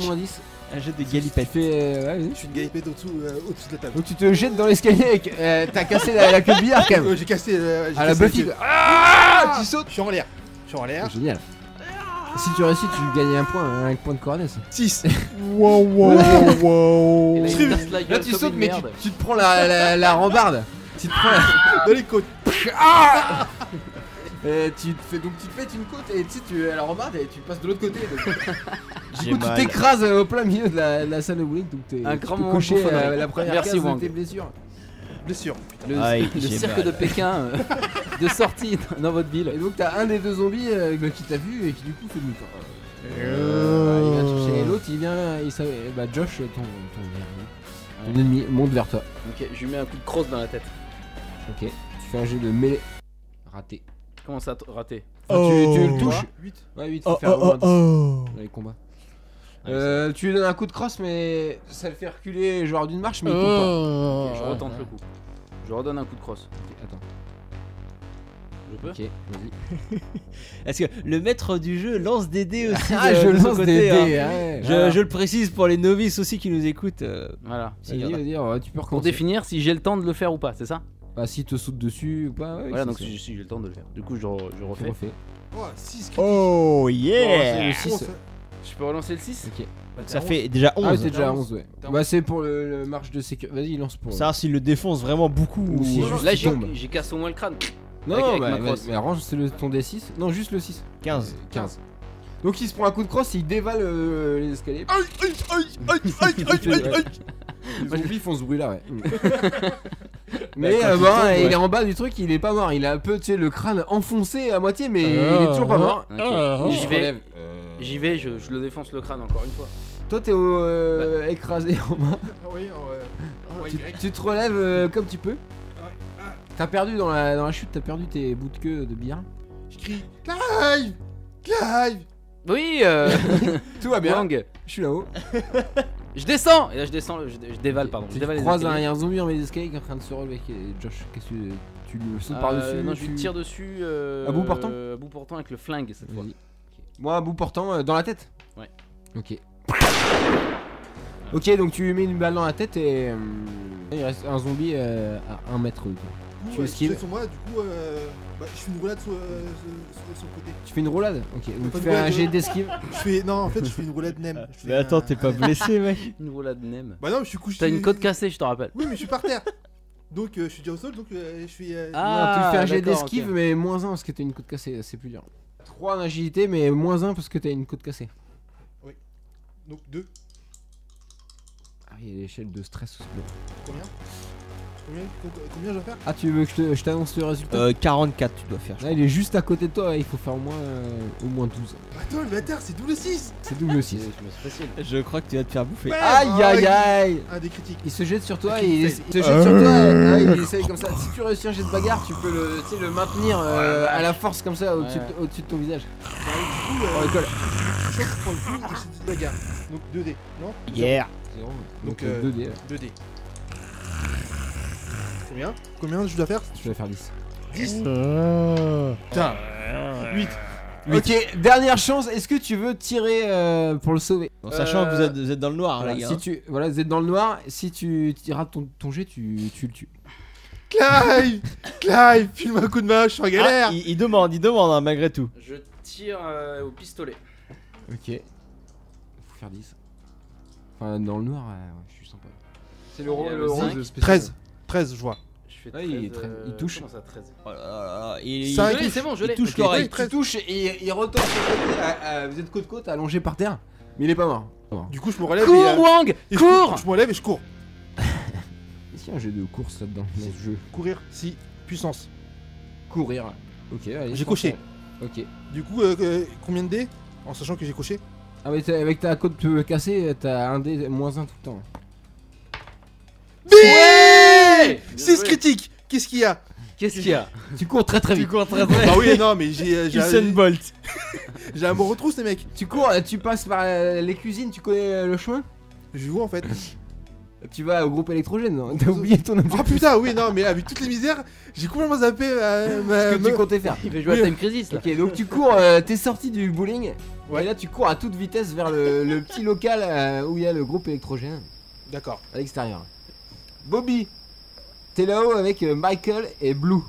Speaker 4: gymnastique,
Speaker 1: moins 10.
Speaker 4: un jet de
Speaker 1: Tu
Speaker 4: galipette.
Speaker 1: fais. euh, ouais, vas-y.
Speaker 3: je suis une galipette au-dessous euh, au-dessous de la table.
Speaker 1: Donc tu te jettes dans l'escalier avec. euh, T'as cassé la, la queue de billard quand même.
Speaker 3: Euh, j'ai cassé. euh, j'ai
Speaker 1: À la
Speaker 3: cassé
Speaker 1: Buffy.
Speaker 3: queue.
Speaker 1: quoi. Ah, tu sautes.
Speaker 3: Je suis en l'air. Je suis en l'air.
Speaker 1: Génial. Si tu réussis, tu gagnes un point, un point de cornet.
Speaker 3: 6. wow, wow, wow, wow.
Speaker 2: Et là, il me casse la
Speaker 1: Là,
Speaker 2: gueule
Speaker 1: tu
Speaker 2: comme
Speaker 1: sautes,
Speaker 2: une
Speaker 1: mais tu,
Speaker 2: merde.
Speaker 1: tu te prends la, la, la rambarde. Tu te prends la- dans les côtes. Ah Et tu te fais donc tu te pètes une côte et tu sais tu à la rambarde et tu passes de l'autre côté. donc.
Speaker 5: J'ai
Speaker 1: Du coup, tu
Speaker 5: mal.
Speaker 1: t'écrases euh, au plein milieu de la, de la salle de bowling donc t'es
Speaker 2: Un
Speaker 1: tu
Speaker 2: grand
Speaker 1: peux
Speaker 2: moment
Speaker 1: cocher
Speaker 2: pour
Speaker 1: euh,
Speaker 2: Faudrey.
Speaker 1: la première
Speaker 2: Merci,
Speaker 1: case de
Speaker 2: Wang.
Speaker 1: tes blessures.
Speaker 3: Blessure.
Speaker 2: Le,
Speaker 5: Aïe,
Speaker 2: le
Speaker 5: j'ai
Speaker 2: cirque
Speaker 5: mal.
Speaker 2: de Pékin euh, de sortie dans- dans votre
Speaker 1: Et
Speaker 2: ville.
Speaker 1: donc t'as un des deux zombies euh, qui t'a vu et qui du coup fait demi-tour.
Speaker 3: Euh.
Speaker 1: Il vient chercher et l'autre, il vient, il savait, bah Josh, ton, ton, dernier, ton ennemi monte vers toi.
Speaker 2: Ok, je lui mets un coup de crosse dans la tête.
Speaker 1: Ok, tu fais un jeu de mêlée. Raté.
Speaker 2: Comment ça, t- raté
Speaker 1: Enfin, tu- tu, le
Speaker 3: Oh.
Speaker 1: touches.
Speaker 2: 8
Speaker 1: Ouais, oui, tu
Speaker 3: Oh,
Speaker 1: fais
Speaker 3: oh, oh, oh.
Speaker 1: dans les combats.
Speaker 5: Ouais,
Speaker 1: Euh, tu lui donnes un coup de crosse, mais ça le fait reculer genre d'une marche, mais il tombe pas.
Speaker 3: Oh.
Speaker 2: Je retente le coup. Je redonne un coup de crosse.
Speaker 1: Ok, attends,
Speaker 2: Je peux
Speaker 1: Oh. ok, vas-y.
Speaker 5: Est-ce que le maître du jeu lance des dés aussi de-
Speaker 1: Ah, je
Speaker 5: de son
Speaker 1: lance
Speaker 5: côté,
Speaker 1: des
Speaker 5: hein.
Speaker 1: dés. ouais.
Speaker 5: Je,
Speaker 2: Voilà.
Speaker 5: je le précise pour les novices aussi qui nous écoutent. euh,
Speaker 2: Voilà.
Speaker 5: s'il y
Speaker 1: Vas-y,
Speaker 5: en a.
Speaker 1: vas-y, ouais, tu peux
Speaker 2: Pour
Speaker 1: recommencer.
Speaker 2: définir si j'ai le temps de le faire ou pas, c'est ça
Speaker 1: Bah, s'il te saute dessus ou pas, ouais,
Speaker 2: Voilà,
Speaker 1: c'est
Speaker 2: donc
Speaker 1: ça.
Speaker 2: si j'ai si j'ai le temps de le faire. Du coup, je, re- je
Speaker 1: tu
Speaker 2: refais.
Speaker 1: refais.
Speaker 3: Oh,
Speaker 5: Oh
Speaker 1: C'est
Speaker 5: yeah
Speaker 1: le six.
Speaker 2: Je peux relancer le 6
Speaker 1: Ok.
Speaker 5: Ça fait déjà
Speaker 1: Ah, ouais,
Speaker 5: 11.
Speaker 1: t'es déjà à 11, ouais. Bah, c'est pour le, le marche de sécurité. Vas-y, lance pour.
Speaker 5: Ça s'il le défonce vraiment beaucoup.
Speaker 1: Ou si
Speaker 5: ou-
Speaker 1: je-
Speaker 2: Là,
Speaker 1: tu
Speaker 2: j'ai
Speaker 1: tombes.
Speaker 2: j'ai cassé au moins le crâne.
Speaker 1: Non,
Speaker 2: Avec- avec
Speaker 1: bah,
Speaker 2: ma crosse.
Speaker 1: vas-y, mais arrange c'est le, ton D6. Non, juste le 6.
Speaker 5: 15.
Speaker 1: 15. Donc il se prend un coup de crosse, il dévale euh, les escaliers.
Speaker 3: Aïe, aïe, aïe, aïe, aïe, aïe, aïe, aïe.
Speaker 1: Les zombies font ce bruit là, ouais.
Speaker 5: Mm.
Speaker 1: mais euh, bon, il est en bas du truc, il est pas mort. Il a un peu, tu sais, le crâne enfoncé à moitié, mais il est toujours pas mort.
Speaker 2: Ok.
Speaker 5: Ah,
Speaker 1: Il
Speaker 2: J'y
Speaker 1: se
Speaker 2: vais,
Speaker 1: oh, relève.
Speaker 2: j'y vais je, je le défonce le crâne encore une fois.
Speaker 1: Toi, t'es au, euh,
Speaker 2: Bah.
Speaker 1: écrasé en bas.
Speaker 3: Ah Oui, ouais. Ouais,
Speaker 1: Tu,
Speaker 3: Y.
Speaker 1: tu te relèves euh, comme tu peux.
Speaker 2: Ah.
Speaker 1: T'as perdu dans la, dans la chute, t'as perdu tes bouts de queue de bière.
Speaker 3: Je crie Clive Clive
Speaker 2: Oui, euh,
Speaker 1: Tout va Ah, bien,
Speaker 2: Wang,
Speaker 1: je suis là-haut.
Speaker 2: je descends Et là, je descends, je, je dévale, pardon. Je
Speaker 1: Tu
Speaker 2: dévale les
Speaker 1: croises un,
Speaker 2: escaliers.
Speaker 1: il y a un zombie dans les escaliers qui est en train de se relever. Et Josh, qu'est-ce que tu- tu lui sautes par-dessus
Speaker 2: Euh, Non, je
Speaker 1: tu-
Speaker 2: lui tire dessus. euh,
Speaker 1: À bout portant
Speaker 2: À bout portant avec le flingue cette fois.
Speaker 1: Vas-y. Moi, à bout portant, euh, dans la tête
Speaker 2: Ouais.
Speaker 1: Ok. Ok, donc tu lui mets une balle dans la tête et. euh, il reste un zombie euh, à 1 mètre de toi.
Speaker 3: Du coup,
Speaker 1: Tu
Speaker 3: euh,
Speaker 1: esquives.
Speaker 3: je suis sur moi, du coup, euh, bah, je fais une roulade sur, euh, sur- sur- sur le côté.
Speaker 1: Tu fais une roulade Ok, donc
Speaker 3: Pas
Speaker 1: tu
Speaker 3: de
Speaker 1: fais un
Speaker 3: roulade.
Speaker 1: jet d'esquive.
Speaker 3: Je fais. Non, en fait, je fais une roulade nem. Je fais
Speaker 5: Mais attends,
Speaker 3: un-
Speaker 5: t'es pas blessé, mec.
Speaker 2: Une roulade Nem.
Speaker 3: Bah non, mais je suis couché.
Speaker 2: T'as une côte cassée, je te rappelle.
Speaker 3: Oui, mais je suis par terre. Donc, euh, je suis déjà au sol, donc euh, je suis. euh,
Speaker 1: Non, tu fais un jet
Speaker 2: d'accord, ok.
Speaker 1: d'esquive, mais moins 1 parce que t'as une côte cassée, c'est plus dur. 3 en agilité, mais moins 1 parce que t'as une côte cassée.
Speaker 3: Donc, deux.
Speaker 1: Ah oui, il y a l'échelle de stress aussi.
Speaker 3: Combien Combien, com- combien je dois faire
Speaker 1: Ah, tu veux que je te- je t'annonce le résultat
Speaker 5: Euh, 44, tu dois faire.
Speaker 1: Là, il est juste à côté de toi, il faut faire au moins, euh, au moins 12.
Speaker 3: Attends, le bâtard, c'est double 6
Speaker 1: C'est double 6.
Speaker 5: Je crois que tu vas te faire bouffer.
Speaker 1: Aïe
Speaker 3: Ah,
Speaker 1: aïe aille
Speaker 3: Un des critiques.
Speaker 1: Il se jette sur toi,
Speaker 3: Ok,
Speaker 1: il,
Speaker 3: fail.
Speaker 1: essa- il se jette sur toi, ouais, il essaye comme ça. Si tu réussis un jet de bagarre, tu peux le, tu sais, le maintenir euh, à la force comme ça au-dessus de- au-dessus de ton visage.
Speaker 3: Bah, du coup, euh,
Speaker 1: Oh, le col.
Speaker 3: je suis sûr que je prends le coup et c'est une bagarre. Donc, 2D, non
Speaker 5: Yeah.
Speaker 1: Donc
Speaker 3: Donc,
Speaker 1: euh,
Speaker 3: euh,
Speaker 1: 2D, ouais.
Speaker 3: 2D. Combien Combien je dois faire
Speaker 1: je vais faire 10.
Speaker 3: Putain 8
Speaker 1: Ok, dernière chance, est-ce que tu veux tirer euh, pour le sauver
Speaker 5: En sachant que vous
Speaker 2: Euh,
Speaker 5: êtes, vous êtes dans le noir,
Speaker 1: Voilà,
Speaker 5: les gars.
Speaker 1: si tu, voilà, vous êtes dans le noir, si tu tu rates ton, ton jet, tu, tu le tues.
Speaker 3: Clive Clive Filme un coup de main, je suis en
Speaker 5: Ah,
Speaker 3: galère
Speaker 5: il, il demande, il demande hein, malgré tout.
Speaker 2: Je tire euh, au pistolet.
Speaker 1: Ok. Faut faire 10. Enfin, dans le noir, euh, ouais, je suis sympa. C'est Oh, le rôle
Speaker 2: le cinq.
Speaker 1: spécial.
Speaker 3: 13 13, je vois.
Speaker 2: Je fais
Speaker 1: Ouais, il est
Speaker 2: 13,
Speaker 1: très-
Speaker 2: euh,
Speaker 1: il touche.
Speaker 2: Comment ça, 13
Speaker 5: Oh là là là, il,
Speaker 3: Ça,
Speaker 5: il-
Speaker 2: Je l'ai, Ah, c'est bon, je
Speaker 5: il
Speaker 2: l'ai.
Speaker 5: touche
Speaker 1: Ok,
Speaker 5: l'oreille.
Speaker 1: donc Tu touches et il- il retombe sur le côté. à- à- vous êtes côte côte, allongé par terre. Mais il est pas mort.
Speaker 3: Du coup, je me relève et, euh,
Speaker 2: Cours, Wang
Speaker 3: et je
Speaker 2: Cours
Speaker 3: Je me relève et je cours.
Speaker 1: Est-ce qu'il y a un jeu de course là-dedans dans ce jeu
Speaker 3: Courir, si, puissance.
Speaker 1: Courir. Ok, allez,
Speaker 3: J'ai
Speaker 1: tente
Speaker 3: coché.
Speaker 1: ça. Ok.
Speaker 3: Du coup, euh, euh, combien de dés En sachant que j'ai coché
Speaker 1: Ah, mais t'as- avec ta côte euh, cassée, t'as un dé moins un tout le temps.
Speaker 3: Ouais
Speaker 2: Bien
Speaker 3: 6
Speaker 2: joué.
Speaker 3: critiques Qu'est-ce qu'il y a
Speaker 2: Qu'est-ce qu'il y a
Speaker 1: Tu cours très très vite.
Speaker 3: Bah oui, non, mais j'ai euh, j'ai
Speaker 5: Usain
Speaker 3: un-
Speaker 5: Bolt.
Speaker 3: j'ai un bon retrousse, les mecs.
Speaker 1: Tu cours, euh, tu passes par euh, les cuisines, tu connais euh, le chemin
Speaker 3: Je joue en fait.
Speaker 1: Tu vas au groupe électrogène, hein. non T'as oublié ton
Speaker 3: Oh
Speaker 1: objectif.
Speaker 3: putain, oui, non, mais avec toutes les misères, j'ai complètement zappé
Speaker 1: Ah,
Speaker 3: euh,
Speaker 1: ce
Speaker 3: ma-
Speaker 1: que tu
Speaker 3: ma-
Speaker 1: comptais faire.
Speaker 2: Il fait jouer à
Speaker 3: Oui.
Speaker 2: Time Crisis là.
Speaker 1: Ok, donc tu cours, euh, t'es sorti du bowling.
Speaker 3: Ouais.
Speaker 1: Et là, tu cours à toute vitesse vers le, le petit local euh, où il y a le groupe électrogène.
Speaker 3: D'accord.
Speaker 1: à l'extérieur. Bobby, t'es là-haut avec euh, Michael et Blue.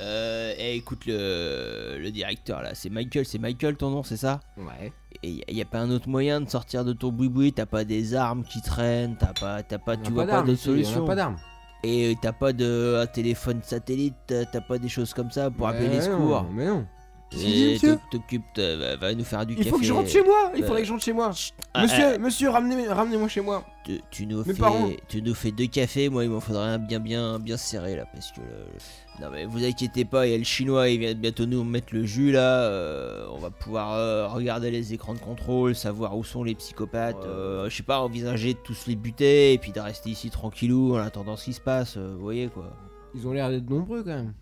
Speaker 4: Euh, eh, écoute le, le directeur là, c'est Michael, c'est Michael ton nom, c'est ça
Speaker 1: Ouais.
Speaker 4: Et y a- y a pas un autre moyen de sortir de ton boui-boui T'as pas des armes qui traînent, t'as pas, t'as pas,
Speaker 1: On a
Speaker 4: tu vois pas
Speaker 1: d'armes,
Speaker 4: d'autre
Speaker 1: ici, on a
Speaker 4: solution.
Speaker 1: pas d'armes.
Speaker 4: Et euh, t'as pas de un téléphone satellite, euh, t'as t'as pas des choses comme ça pour appeler les
Speaker 1: Mais non,
Speaker 4: secours.
Speaker 1: Mais non. Qu'est-ce qu'il dit,
Speaker 4: Et
Speaker 1: monsieur
Speaker 4: t'oc- T'occupes, t'as- va, va nous faire du
Speaker 1: Il
Speaker 4: café.
Speaker 1: faut que je rentre chez moi. Il
Speaker 4: euh,
Speaker 1: faudrait que je rentre chez moi. Chut.
Speaker 4: ah,
Speaker 1: Monsieur, monsieur, ramenez- ramenez-moi chez moi.
Speaker 4: Tu, tu nous
Speaker 1: Mes
Speaker 4: fais,
Speaker 1: parents.
Speaker 4: tu nous fais deux cafés, moi il m'en faudrait un bien bien bien serré là parce que le- le- non mais vous inquiétez pas, il y a le chinois, il vient bientôt nous mettre le jus là, euh, on va pouvoir euh, regarder les écrans de contrôle, savoir où sont les psychopathes,
Speaker 2: Ouais.
Speaker 4: euh, je sais pas, envisager de tous les buter et puis de rester ici tranquillou en attendant ce qui se passe, euh, vous voyez quoi.
Speaker 1: Ils ont l'air d'être nombreux quand même.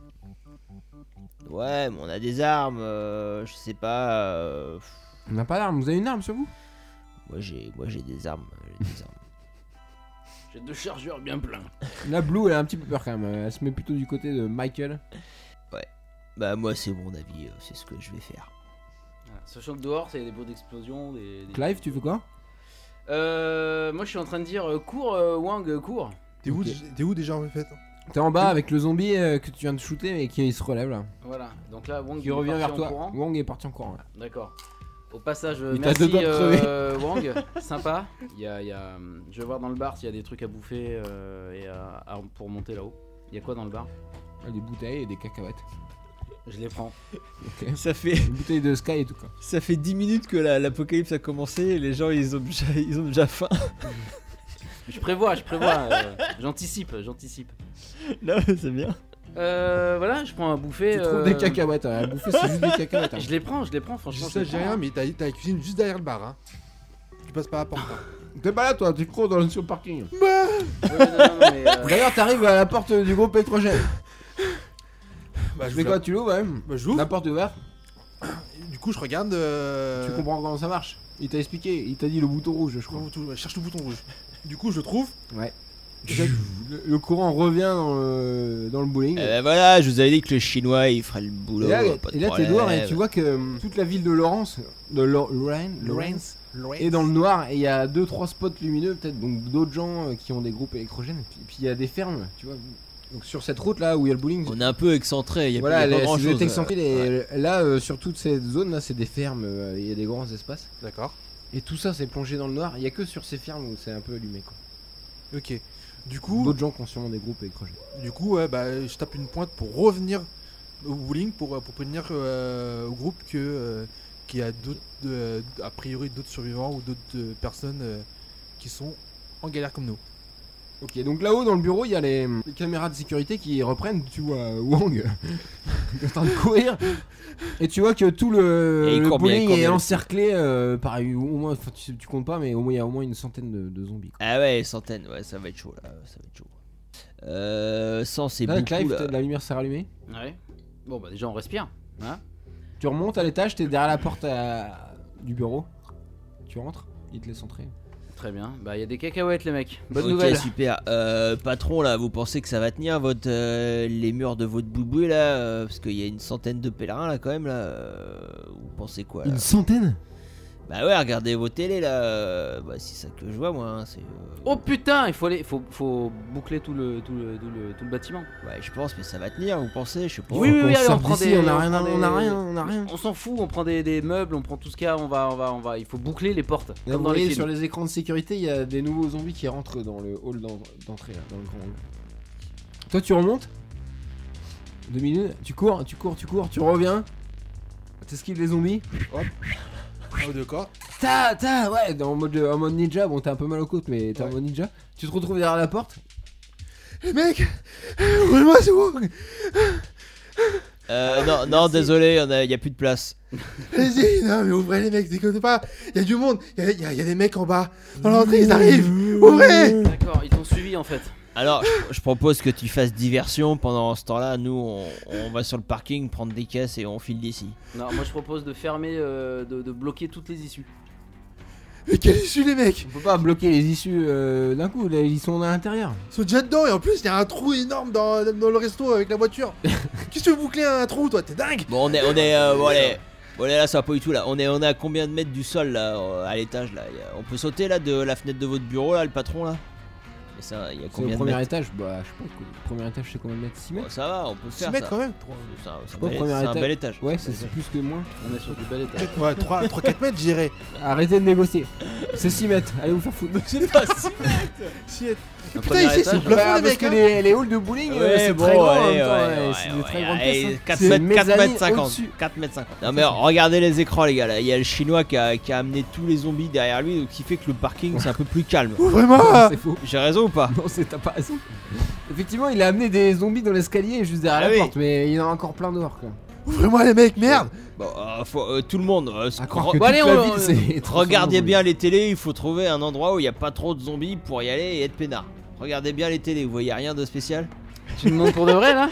Speaker 4: Ouais, mais on a des armes, euh, je sais pas, euh, pff,
Speaker 1: On n'a pas d'armes. Vous avez une arme sur vous
Speaker 4: moi j'ai moi j'ai des armes, j'ai des armes.
Speaker 2: J'ai deux chargeurs bien pleins.
Speaker 1: La Blue, elle a un petit peu peur quand même. Elle se met plutôt du côté de Michael.
Speaker 4: bah moi c'est mon avis, euh, c'est ce que je vais faire.
Speaker 2: Voilà. Sachant que dehors, c'est des pots d'explosion, des. des-
Speaker 1: Clive, tu fais quoi
Speaker 2: Euh. Moi, je suis en train de dire, euh, cours, euh, Wang, euh, cours.
Speaker 3: T'es où,
Speaker 1: Ok.
Speaker 3: dé- t'es où déjà en fait
Speaker 1: T'es en bas avec le zombie euh, que tu viens de shooter et qui se relève là.
Speaker 2: Voilà. Donc là, Wang,
Speaker 1: Qui
Speaker 2: il est
Speaker 1: revient
Speaker 2: parti
Speaker 1: vers
Speaker 2: en
Speaker 1: toi.
Speaker 2: courant.
Speaker 1: Wong est parti en courant. là.
Speaker 2: D'accord. Au passage, euh,
Speaker 1: Il t'a
Speaker 2: merci
Speaker 1: deux doigts de
Speaker 2: euh, Wang, sympa. Il y a, il y a, hum, je vais voir dans le bar s'il y a des trucs à bouffer euh, et à- à- pour monter là-haut. Il y a quoi dans le bar
Speaker 1: Ah, Des bouteilles et des cacahuètes.
Speaker 2: Je les prends.
Speaker 5: Ça fait,
Speaker 1: Une bouteille de Sky et tout quoi.
Speaker 5: ça fait 10 minutes que la- l'apocalypse a commencé et les gens ils ont déjà, ils ont déjà faim.
Speaker 2: Je prévois, je prévois. euh, j'anticipe, j'anticipe.
Speaker 5: Non, mais c'est bien.
Speaker 2: Euh, voilà, je prends à bouffer.
Speaker 1: Tu
Speaker 2: euh,
Speaker 1: trouves des cacahuètes. hein. À bouffer, c'est juste des cacahuètes. hein.
Speaker 2: Je les prends, je les prends,
Speaker 3: Je
Speaker 2: franchement.
Speaker 3: sais,
Speaker 2: je les
Speaker 3: j'ai
Speaker 2: prends.
Speaker 3: rien, mais t'as t'as la cuisine juste derrière le bar. Hein. Tu passes par la porte. hein.
Speaker 1: T'es pas là toi, tu cours dans le sur parking.
Speaker 2: Ouais, non, non, non, mais, euh,
Speaker 1: D'ailleurs, t'arrives à la porte du groupe étrangère.
Speaker 3: bah,
Speaker 1: Je fais quoi, tu l'ouvres même
Speaker 3: Bah,
Speaker 1: La
Speaker 3: j'ouvre.
Speaker 1: porte est ouverte.
Speaker 3: Du coup, je regarde. euh,
Speaker 1: Tu comprends comment ça marche Il t'a expliqué, il t'a dit le bouton rouge, je
Speaker 3: je comprends
Speaker 1: crois.
Speaker 3: le bouton- ouais, cherche le bouton rouge. Du coup, je le trouve.
Speaker 1: Ouais. Le, le courant revient dans le, dans le bowling.
Speaker 4: Eh ben voilà, je vous avais dit que le chinois il ferait le boulot.
Speaker 1: Et là,
Speaker 4: euh, pas de
Speaker 1: et là, t'es
Speaker 4: problème.
Speaker 1: dehors et tu vois que hum, toute la ville de Laurence, de Lo- Lorraine, Lawrence, est dans le noir et il y a deux trois spots lumineux peut-être, donc d'autres gens euh, qui ont des groupes électrogènes. Et puis- et puis il y a des fermes, tu vois. Donc sur cette route là où il y a le bowling,
Speaker 4: On est un peu excentré, il y a
Speaker 1: voilà,
Speaker 4: plus- y a
Speaker 1: les-
Speaker 4: pas grand
Speaker 1: si vous êtes
Speaker 4: chose.
Speaker 1: excentré, les- là euh, sur toute cette zone là, c'est des fermes, euh, il y a des grands espaces.
Speaker 3: D'accord.
Speaker 1: Et tout ça c'est plongé dans le noir. Il y a que sur ces fermes où c'est un peu allumé quoi.
Speaker 3: Ok. Du coup,
Speaker 1: D'autres gens qui ont sûrement des groupes électrogènes.
Speaker 3: du coup, ouais, bah, je tape une pointe pour revenir au bowling pour, euh, pour prévenir euh, au groupe que euh, qu'il y a d'autres, euh, a priori d'autres survivants ou d'autres euh, personnes euh, qui sont en galère comme nous.
Speaker 1: Ok, donc là-haut dans le bureau, il y a les, hum, les caméras de sécurité qui reprennent, tu vois euh, Wang qui est en train de courir. Et tu vois que tout le,
Speaker 4: Et il
Speaker 1: le
Speaker 4: court bien, il
Speaker 1: bowling
Speaker 4: court
Speaker 1: est
Speaker 4: bien.
Speaker 1: encerclé euh, par au moins, enfin, tu, tu comptes pas, mais au moins il y a au moins une centaine de, de zombies. Quoi.
Speaker 4: Ah ouais, centaines, ouais, ça va être chaud là, ça va être chaud. Euh, 100 c'est
Speaker 1: Là,
Speaker 4: beaucoup
Speaker 1: Ah, Clive,
Speaker 4: là.
Speaker 1: t'as de la lumière s'est rallumée.
Speaker 2: ouais. Bon, bah déjà, on respire. hein.
Speaker 1: Tu remontes à l'étage, t'es derrière la porte à- du bureau. Tu rentres, il te laisse entrer.
Speaker 2: Très bien. Bah, il y a des cacahuètes, les mecs. Bonne
Speaker 4: Ok,
Speaker 2: nouvelle.
Speaker 4: super. Euh, patron là, vous pensez que ça va tenir votre euh, les murs de votre bouboué là euh, parce qu'il y a une centaine de pèlerins là quand même là. euh, vous pensez quoi là
Speaker 1: centaine
Speaker 4: Bah ouais, regardez vos télés là. euh, Bah c'est ça que je vois moi, hein, c'est euh,
Speaker 2: Oh putain, il faut, aller, faut, faut boucler tout le, tout, le, tout, le, tout le bâtiment.
Speaker 4: Ouais, je pense mais ça va tenir, vous pensez, je sais pas.
Speaker 2: Oui, oui, oui, allez, on prend des-
Speaker 1: on a
Speaker 2: on
Speaker 1: rien, on
Speaker 2: prend
Speaker 1: a
Speaker 2: des-
Speaker 1: rien, on a rien.
Speaker 2: On s'en fout, on prend des, des meubles, on prend tout ce qu'il y a, on va, on va, on va. Il faut boucler les portes.
Speaker 1: Là,
Speaker 2: comme
Speaker 1: vous
Speaker 2: dans les
Speaker 1: voyez,
Speaker 2: films.
Speaker 1: sur les écrans de sécurité, il y a des nouveaux zombies qui rentrent dans le hall d'en- d'entrée, là, dans le grand hall. Toi, tu remontes Deux minutes, tu cours, tu cours, tu cours, tu reviens. T'esquives les zombies.
Speaker 3: Oh, d'accord.
Speaker 1: Ta, ta, ouais, dans- en mode, en mode ninja. Bon, t'as un peu mal aux côtes, mais t'es en
Speaker 3: Ouais.
Speaker 1: mode ninja. Tu te retrouves derrière la porte.
Speaker 3: Mec, moi c'est où
Speaker 4: Euh, non, non, désolé, il a, y a plus de place.
Speaker 3: Vas-y, non, mais ouvrez les mecs, déconnez pas. Il y a du monde, il y, a- y a y a des mecs en bas. Dans l'entrée, ils arrivent. Ouvrez
Speaker 2: D'accord, ils t'ont suivi en fait.
Speaker 4: Alors, je, je propose que tu fasses diversion pendant ce temps-là. Nous, on, on va sur le parking, prendre des caisses et on file d'ici.
Speaker 2: Non, moi je propose de fermer, euh, de, de bloquer toutes les issues.
Speaker 3: Mais quelle issue, les mecs
Speaker 1: On peut pas bloquer les issues euh, d'un coup, là, ils sont à l'intérieur.
Speaker 3: Ils sont déjà dedans, et en plus, il y a un trou énorme dans, dans le resto avec la voiture. Qu'est-ce que tu veux boucler un trou, toi T'es dingue
Speaker 4: Bon, on est, on est, euh, bon, allez. Bon, allez, là, ça va pas du tout là. On est, on est à combien de mètres du sol là, euh, à l'étage là Y a- On peut sauter là de la fenêtre de votre bureau là, le patron là Et ça, il y a
Speaker 1: C'est au
Speaker 4: combien de
Speaker 1: premier
Speaker 4: mètres
Speaker 1: étage Bah, je sais pas. Le premier étage, c'est combien de mètres 6
Speaker 4: Bon,
Speaker 1: mètres
Speaker 4: Ça va, on peut le
Speaker 3: 6
Speaker 4: faire.
Speaker 3: mètres
Speaker 4: ça.
Speaker 3: quand même
Speaker 4: C'est un- c'est un
Speaker 1: crois
Speaker 4: bel-
Speaker 1: au premier
Speaker 4: c'est un
Speaker 1: étage.
Speaker 4: bel étage.
Speaker 1: Ouais, c'est c'est plus que moins.
Speaker 2: On est sur du bel étage.
Speaker 3: Ouais, 3-4 mètres, je dirais.
Speaker 1: Arrêtez de négocier. C'est 6 mètres. Allez vous faire foutre.
Speaker 3: Si elle-
Speaker 4: Un
Speaker 3: Putain,
Speaker 4: premier
Speaker 3: ici, c'est
Speaker 4: étage,
Speaker 3: le plafond,
Speaker 1: Bah,
Speaker 3: les
Speaker 1: parce
Speaker 3: mecs.
Speaker 1: que
Speaker 3: hein.
Speaker 1: les, les halls de bowling, euh,
Speaker 4: Ouais,
Speaker 1: c'est
Speaker 4: bon,
Speaker 1: très grand en
Speaker 4: allez,
Speaker 1: même temps,
Speaker 4: ouais,
Speaker 1: ouais,
Speaker 4: ouais,
Speaker 1: c'est
Speaker 4: ouais,
Speaker 1: des très
Speaker 4: ouais,
Speaker 1: grandes
Speaker 4: allez,
Speaker 1: pièces, hein.
Speaker 4: 4
Speaker 1: C'est
Speaker 4: mètres,
Speaker 1: une
Speaker 4: 4
Speaker 1: mezzanine
Speaker 4: mètres 50.
Speaker 1: au-dessus.
Speaker 4: 4 mètres 50. Non mais regardez les écrans les gars là, il y a le chinois qui a, qui a amené tous les zombies derrière lui donc qui fait que le parking c'est un peu plus calme.
Speaker 3: Vraiment
Speaker 1: Ah,
Speaker 3: hein.
Speaker 1: C'est faux.
Speaker 4: J'ai raison ou pas
Speaker 1: Non, c'est t'as pas raison. Effectivement, il a amené des zombies dans l'escalier juste derrière
Speaker 4: Ah
Speaker 1: la
Speaker 4: oui.
Speaker 1: porte, mais il y en a encore plein dehors. Quoi.
Speaker 3: Ouvrez-moi les mecs, merde
Speaker 4: Bon, euh, faut- euh, tout le monde. euh,
Speaker 1: À
Speaker 4: se-
Speaker 1: croire
Speaker 4: re-
Speaker 1: que
Speaker 4: Bon,
Speaker 1: toute
Speaker 4: allez,
Speaker 1: la
Speaker 4: on-
Speaker 1: ville,
Speaker 4: on-
Speaker 1: c'est transformé en
Speaker 4: Regardez
Speaker 1: zombie.
Speaker 4: bien les télés, il faut trouver un endroit où il n'y a pas trop de zombies pour y aller et être peinard. Regardez bien les télés, vous voyez rien de spécial
Speaker 2: Tu me demandes pour de vrai là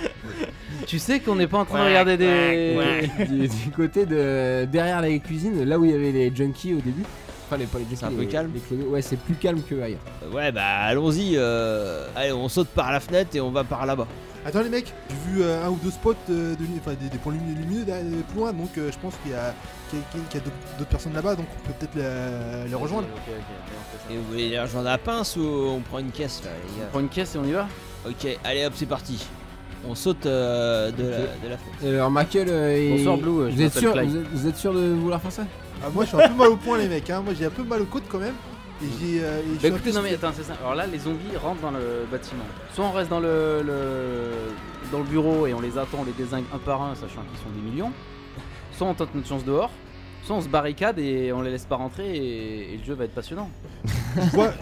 Speaker 2: Tu sais qu'on n'est pas en train de regarder des.
Speaker 1: du, du côté de derrière les cuisines, là où il y avait les junkies au début. Enfin, les, pas les junkies,
Speaker 4: un peu
Speaker 1: les-
Speaker 4: calme.
Speaker 1: les clodos. Ouais, c'est plus calme que ailleurs.
Speaker 4: Euh, Ouais bah allons-y, euh, allez on saute par la fenêtre et on va par là-bas.
Speaker 3: Attends les mecs, j'ai vu euh, un ou deux spots, euh, de lumi- enfin des, des points lumineux, lumineux derrière- plus loin, donc euh, je pense qu'il y a, qu'il y a- qu'il y a d'autres- d'autres personnes là-bas, donc on peut peut-être la- les rejoindre.
Speaker 2: Ok, ok, ok, on fait ça.
Speaker 4: Et vous voulez les rejoindre à pince ou on prend une caisse là les gars
Speaker 2: On prend une caisse et on y va
Speaker 4: Ok, allez hop, c'est parti. On saute euh, de, la, de la fenêtre.
Speaker 1: Alors, Michael euh, et.
Speaker 2: Bonsoir, Blue, euh, je
Speaker 1: Vous êtes,
Speaker 2: m'appelle
Speaker 1: sûr,
Speaker 2: Clyde.
Speaker 1: vous, êtes, vous êtes sûr de vouloir faire ça
Speaker 3: Ah, moi je suis un peu mal au point les mecs, hein. moi j'ai un peu mal aux côtes quand même. Et j'ai. euh, et je suis
Speaker 2: Bah
Speaker 3: un
Speaker 2: écoutez,
Speaker 3: peu
Speaker 2: non mais attends, c'est ça. Alors là, les zombies rentrent dans le bâtiment. Soit on reste dans le, le- dans le bureau et on les attend, on les désingue un par un, sachant qu'ils sont des millions. Soit on tente notre chance dehors. Soit on se barricade et on les laisse pas rentrer et, et le jeu va être passionnant.
Speaker 3: je vois-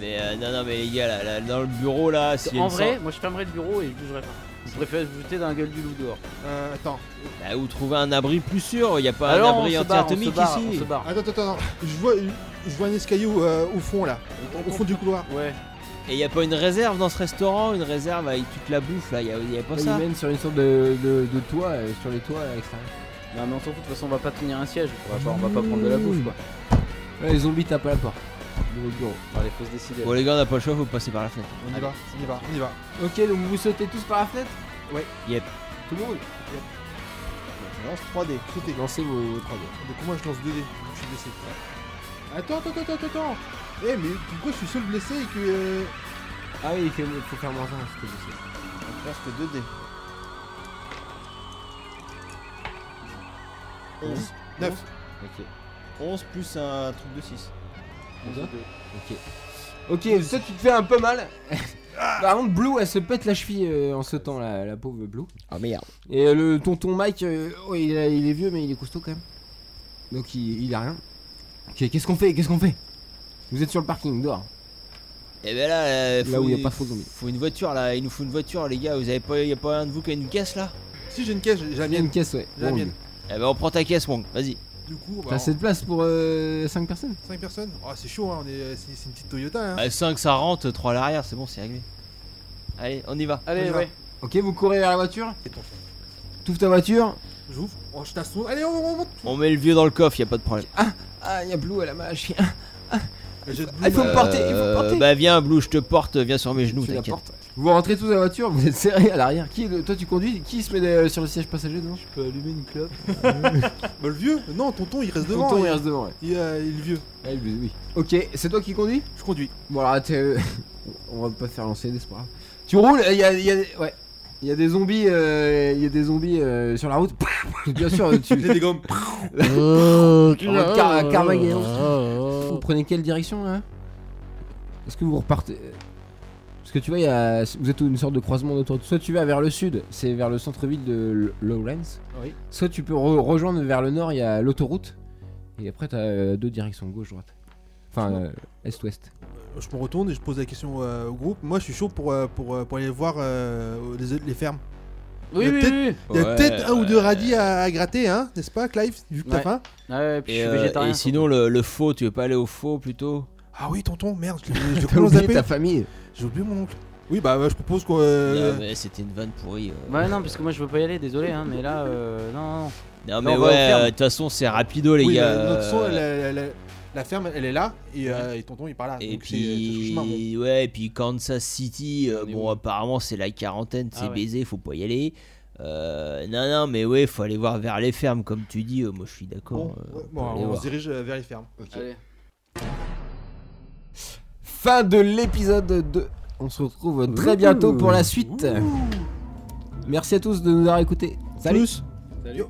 Speaker 4: Mais euh, non, non, mais les gars, là, là, dans le bureau là, s'il y a
Speaker 2: en
Speaker 4: une
Speaker 2: vrai,
Speaker 4: sorte-
Speaker 2: moi je fermerai le bureau et je bougerai pas. Je préfère se jeter dans la gueule du loup dehors.
Speaker 3: euh, attends.
Speaker 4: Bah, vous trouvez un abri plus sûr, il n'y a pas
Speaker 2: Alors
Speaker 4: un
Speaker 2: on
Speaker 4: abri
Speaker 2: se barre, on se
Speaker 4: anti-atomique
Speaker 2: barre, on
Speaker 4: ici.
Speaker 2: se barre.
Speaker 3: Attends, attends, attends, je vois, je vois un escalier au, euh, au fond là, au fond du couloir.
Speaker 2: Ouais.
Speaker 4: Et il n'y a pas une réserve dans ce restaurant, une réserve avec toute la bouffe là, il n'y a, y a pas
Speaker 1: Ils
Speaker 4: ça.
Speaker 1: mènent sur une sorte de, de, de toit, euh, sur les toits à l'extérieur.
Speaker 2: Non mais on s'en fout, de toute façon on va pas tenir un siège, on va pas, on va pas prendre de la bouffe quoi.
Speaker 1: Ouais, les zombies tapent à la porte. de votre bureau.
Speaker 2: Allez, faut se décider.
Speaker 4: Bon, les gars, on n'a pas le choix, faut passer par la fenêtre.
Speaker 3: On y va, on y va, on y va.
Speaker 1: Ok, donc vous sautez tous par la fenêtre
Speaker 4: Yep.
Speaker 1: Tout le monde
Speaker 3: Je lance 3D, sauter.
Speaker 1: Lancez vos, vos trois dés.
Speaker 3: Donc moi je lance 2D, je suis blessé. Attends, attends, attends, attends, attends. Eh mais pourquoi je suis seul blessé et que. euh,
Speaker 1: Ah oui, il faut, faut faire moins un, c'est possible.
Speaker 3: Presque 2D. 11. 9.
Speaker 1: Ok.
Speaker 4: 11 plus un truc de 6.
Speaker 1: Ok, ça tu te fais un peu mal. Par contre, Blue, elle se pète la cheville euh, en sautant, la, la pauvre Blue.
Speaker 2: Ah,
Speaker 4: Oh merde.
Speaker 1: Et euh, le tonton Mike, euh, oh, il, a- il est vieux, mais il est costaud quand même. Donc il, il a rien. Ok, qu'est-ce qu'on fait Qu'est-ce qu'on fait Vous êtes sur le parking, dehors.
Speaker 4: Et ben là, euh, faut,
Speaker 1: Là où y a pas trop de zombies.
Speaker 4: Faut une voiture là, il nous faut une voiture les gars, vous avez pas, y a pas un de vous qui a une caisse là
Speaker 3: Si j'ai une caisse, j'ai la
Speaker 1: Il y a une
Speaker 3: mienne.
Speaker 1: caisse, ouais.
Speaker 3: J'ai la
Speaker 1: Bon,
Speaker 3: mienne.
Speaker 4: Eh ben on prend ta caisse, Wong, vas-y.
Speaker 3: Du coup,
Speaker 1: T'as assez de place pour 5 personnes
Speaker 3: 5 personnes Oh, c'est chaud, hein. on est- c'est c'est une petite
Speaker 2: Ah.
Speaker 3: Toyota. Hein.
Speaker 4: 5 ça rentre, 3 à l'arrière, c'est bon, c'est réglé. Allez, on y va.
Speaker 3: On y
Speaker 2: Allez,
Speaker 3: va.
Speaker 2: ouais.
Speaker 1: Ok, vous courez vers la voiture.
Speaker 3: C'est ton
Speaker 1: T'ouvres ta voiture.
Speaker 3: J'ouvre, oh, je t'assois. Allez, on remonte
Speaker 4: On met le vieux dans le coffre, y a pas de problème.
Speaker 1: Ah, il y a Blue, elle a mal à la cheville.
Speaker 3: Ah, Il
Speaker 1: faut me porter, il faut me porter.
Speaker 4: Bah viens Blue, je te porte, viens sur mes genoux,
Speaker 1: Tu la
Speaker 4: t'inquiète.
Speaker 1: portes. Vous rentrez tous dans la voiture, vous êtes serrés à l'arrière. Qui est le- Toi tu conduis, qui se met euh, sur le siège passager devant
Speaker 2: Je peux allumer une clope.
Speaker 3: Bah, le vieux Non, tonton, il reste devant.
Speaker 1: Tonton,
Speaker 3: il,
Speaker 1: il reste devant, ouais.
Speaker 3: il, euh, il est vieux.
Speaker 1: Ah, oui, oui. Ok, c'est toi qui conduis
Speaker 3: Je conduis.
Speaker 1: Bon alors t'es... euh, On va pas te faire lancer d'espoir. Tu roules, il y a, y a- Ouais. Il y a des zombies, euh, il y a des zombies euh, sur la route. Bien sûr, tu.
Speaker 3: J'ai des gommes.
Speaker 1: en mode
Speaker 3: Oh,
Speaker 1: Car- Carmageddon. Vous prenez quelle direction là Est-ce que vous repartez Parce que tu vois, il y a... vous êtes une sorte de croisement d'autoroute. Soit tu vas vers le sud, c'est vers le centre-ville de L- Lawrence.
Speaker 3: Oui.
Speaker 1: Soit tu peux re- rejoindre vers le nord, il y a l'autoroute. Et après, t'as euh, deux directions, gauche-droite. Enfin, euh, est-ouest.
Speaker 3: Je me retourne et je pose la question euh, au groupe. Moi, je suis chaud pour, euh, pour, euh, pour aller voir euh, les, les fermes.
Speaker 2: Oui,
Speaker 3: Il y a
Speaker 2: oui,
Speaker 3: peut-être-
Speaker 2: oui, oui.
Speaker 3: Il y a
Speaker 4: Ouais,
Speaker 3: peut-être un ou deux
Speaker 4: ouais.
Speaker 3: radis à, à gratter, hein, n'est-ce pas, Clive Vu que t'as
Speaker 2: Ouais.
Speaker 3: faim.
Speaker 2: Ah ouais, puis
Speaker 4: Et,
Speaker 2: je
Speaker 4: euh,
Speaker 2: suis végétarien.
Speaker 4: et sinon le, le faux, tu veux pas aller au faux plutôt
Speaker 3: Ah oui, tonton, merde, je l'ai- je l'ai
Speaker 1: T'as
Speaker 3: complètement
Speaker 1: oublié
Speaker 3: zappé.
Speaker 1: ta famille.
Speaker 3: J'ai oublié mon oncle. Oui, bah, bah, je propose qu'on.
Speaker 4: Non
Speaker 3: euh,
Speaker 4: mais c'était une vanne pourrie. euh.
Speaker 2: Ouais, non, parce que moi je veux pas y aller, désolé, hein, mais là, euh, non, non, non.
Speaker 4: Non mais
Speaker 2: on va au
Speaker 4: ouais,
Speaker 2: ferme.
Speaker 4: euh, de toute façon c'est rapido les
Speaker 3: oui,
Speaker 4: gars.
Speaker 3: la- notre son,
Speaker 4: euh,
Speaker 3: elle- elle- elle- la ferme, elle est là et, euh, et tonton, il part là.
Speaker 4: Et
Speaker 3: donc c'est- c'est son
Speaker 4: puis,
Speaker 3: chemin, bon.
Speaker 4: ouais, et puis Kansas City, euh,
Speaker 2: On est
Speaker 4: bon,
Speaker 2: où
Speaker 4: apparemment c'est la quarantaine, c'est
Speaker 2: Ah ouais.
Speaker 4: baisé, faut pas y aller. Euh, non, non, mais ouais, faut aller voir vers les fermes, comme tu dis, euh, moi je suis d'accord.
Speaker 3: Bon,
Speaker 4: euh,
Speaker 3: ouais, bon,
Speaker 4: faut aller
Speaker 3: on
Speaker 4: voir.
Speaker 3: se dirige euh, vers les fermes.
Speaker 2: Allez.
Speaker 1: fin de l'épisode 2. On se retrouve très bientôt pour la suite. Merci à tous de nous avoir écoutés. Salut
Speaker 3: Plus.
Speaker 2: Salut.
Speaker 3: Yo.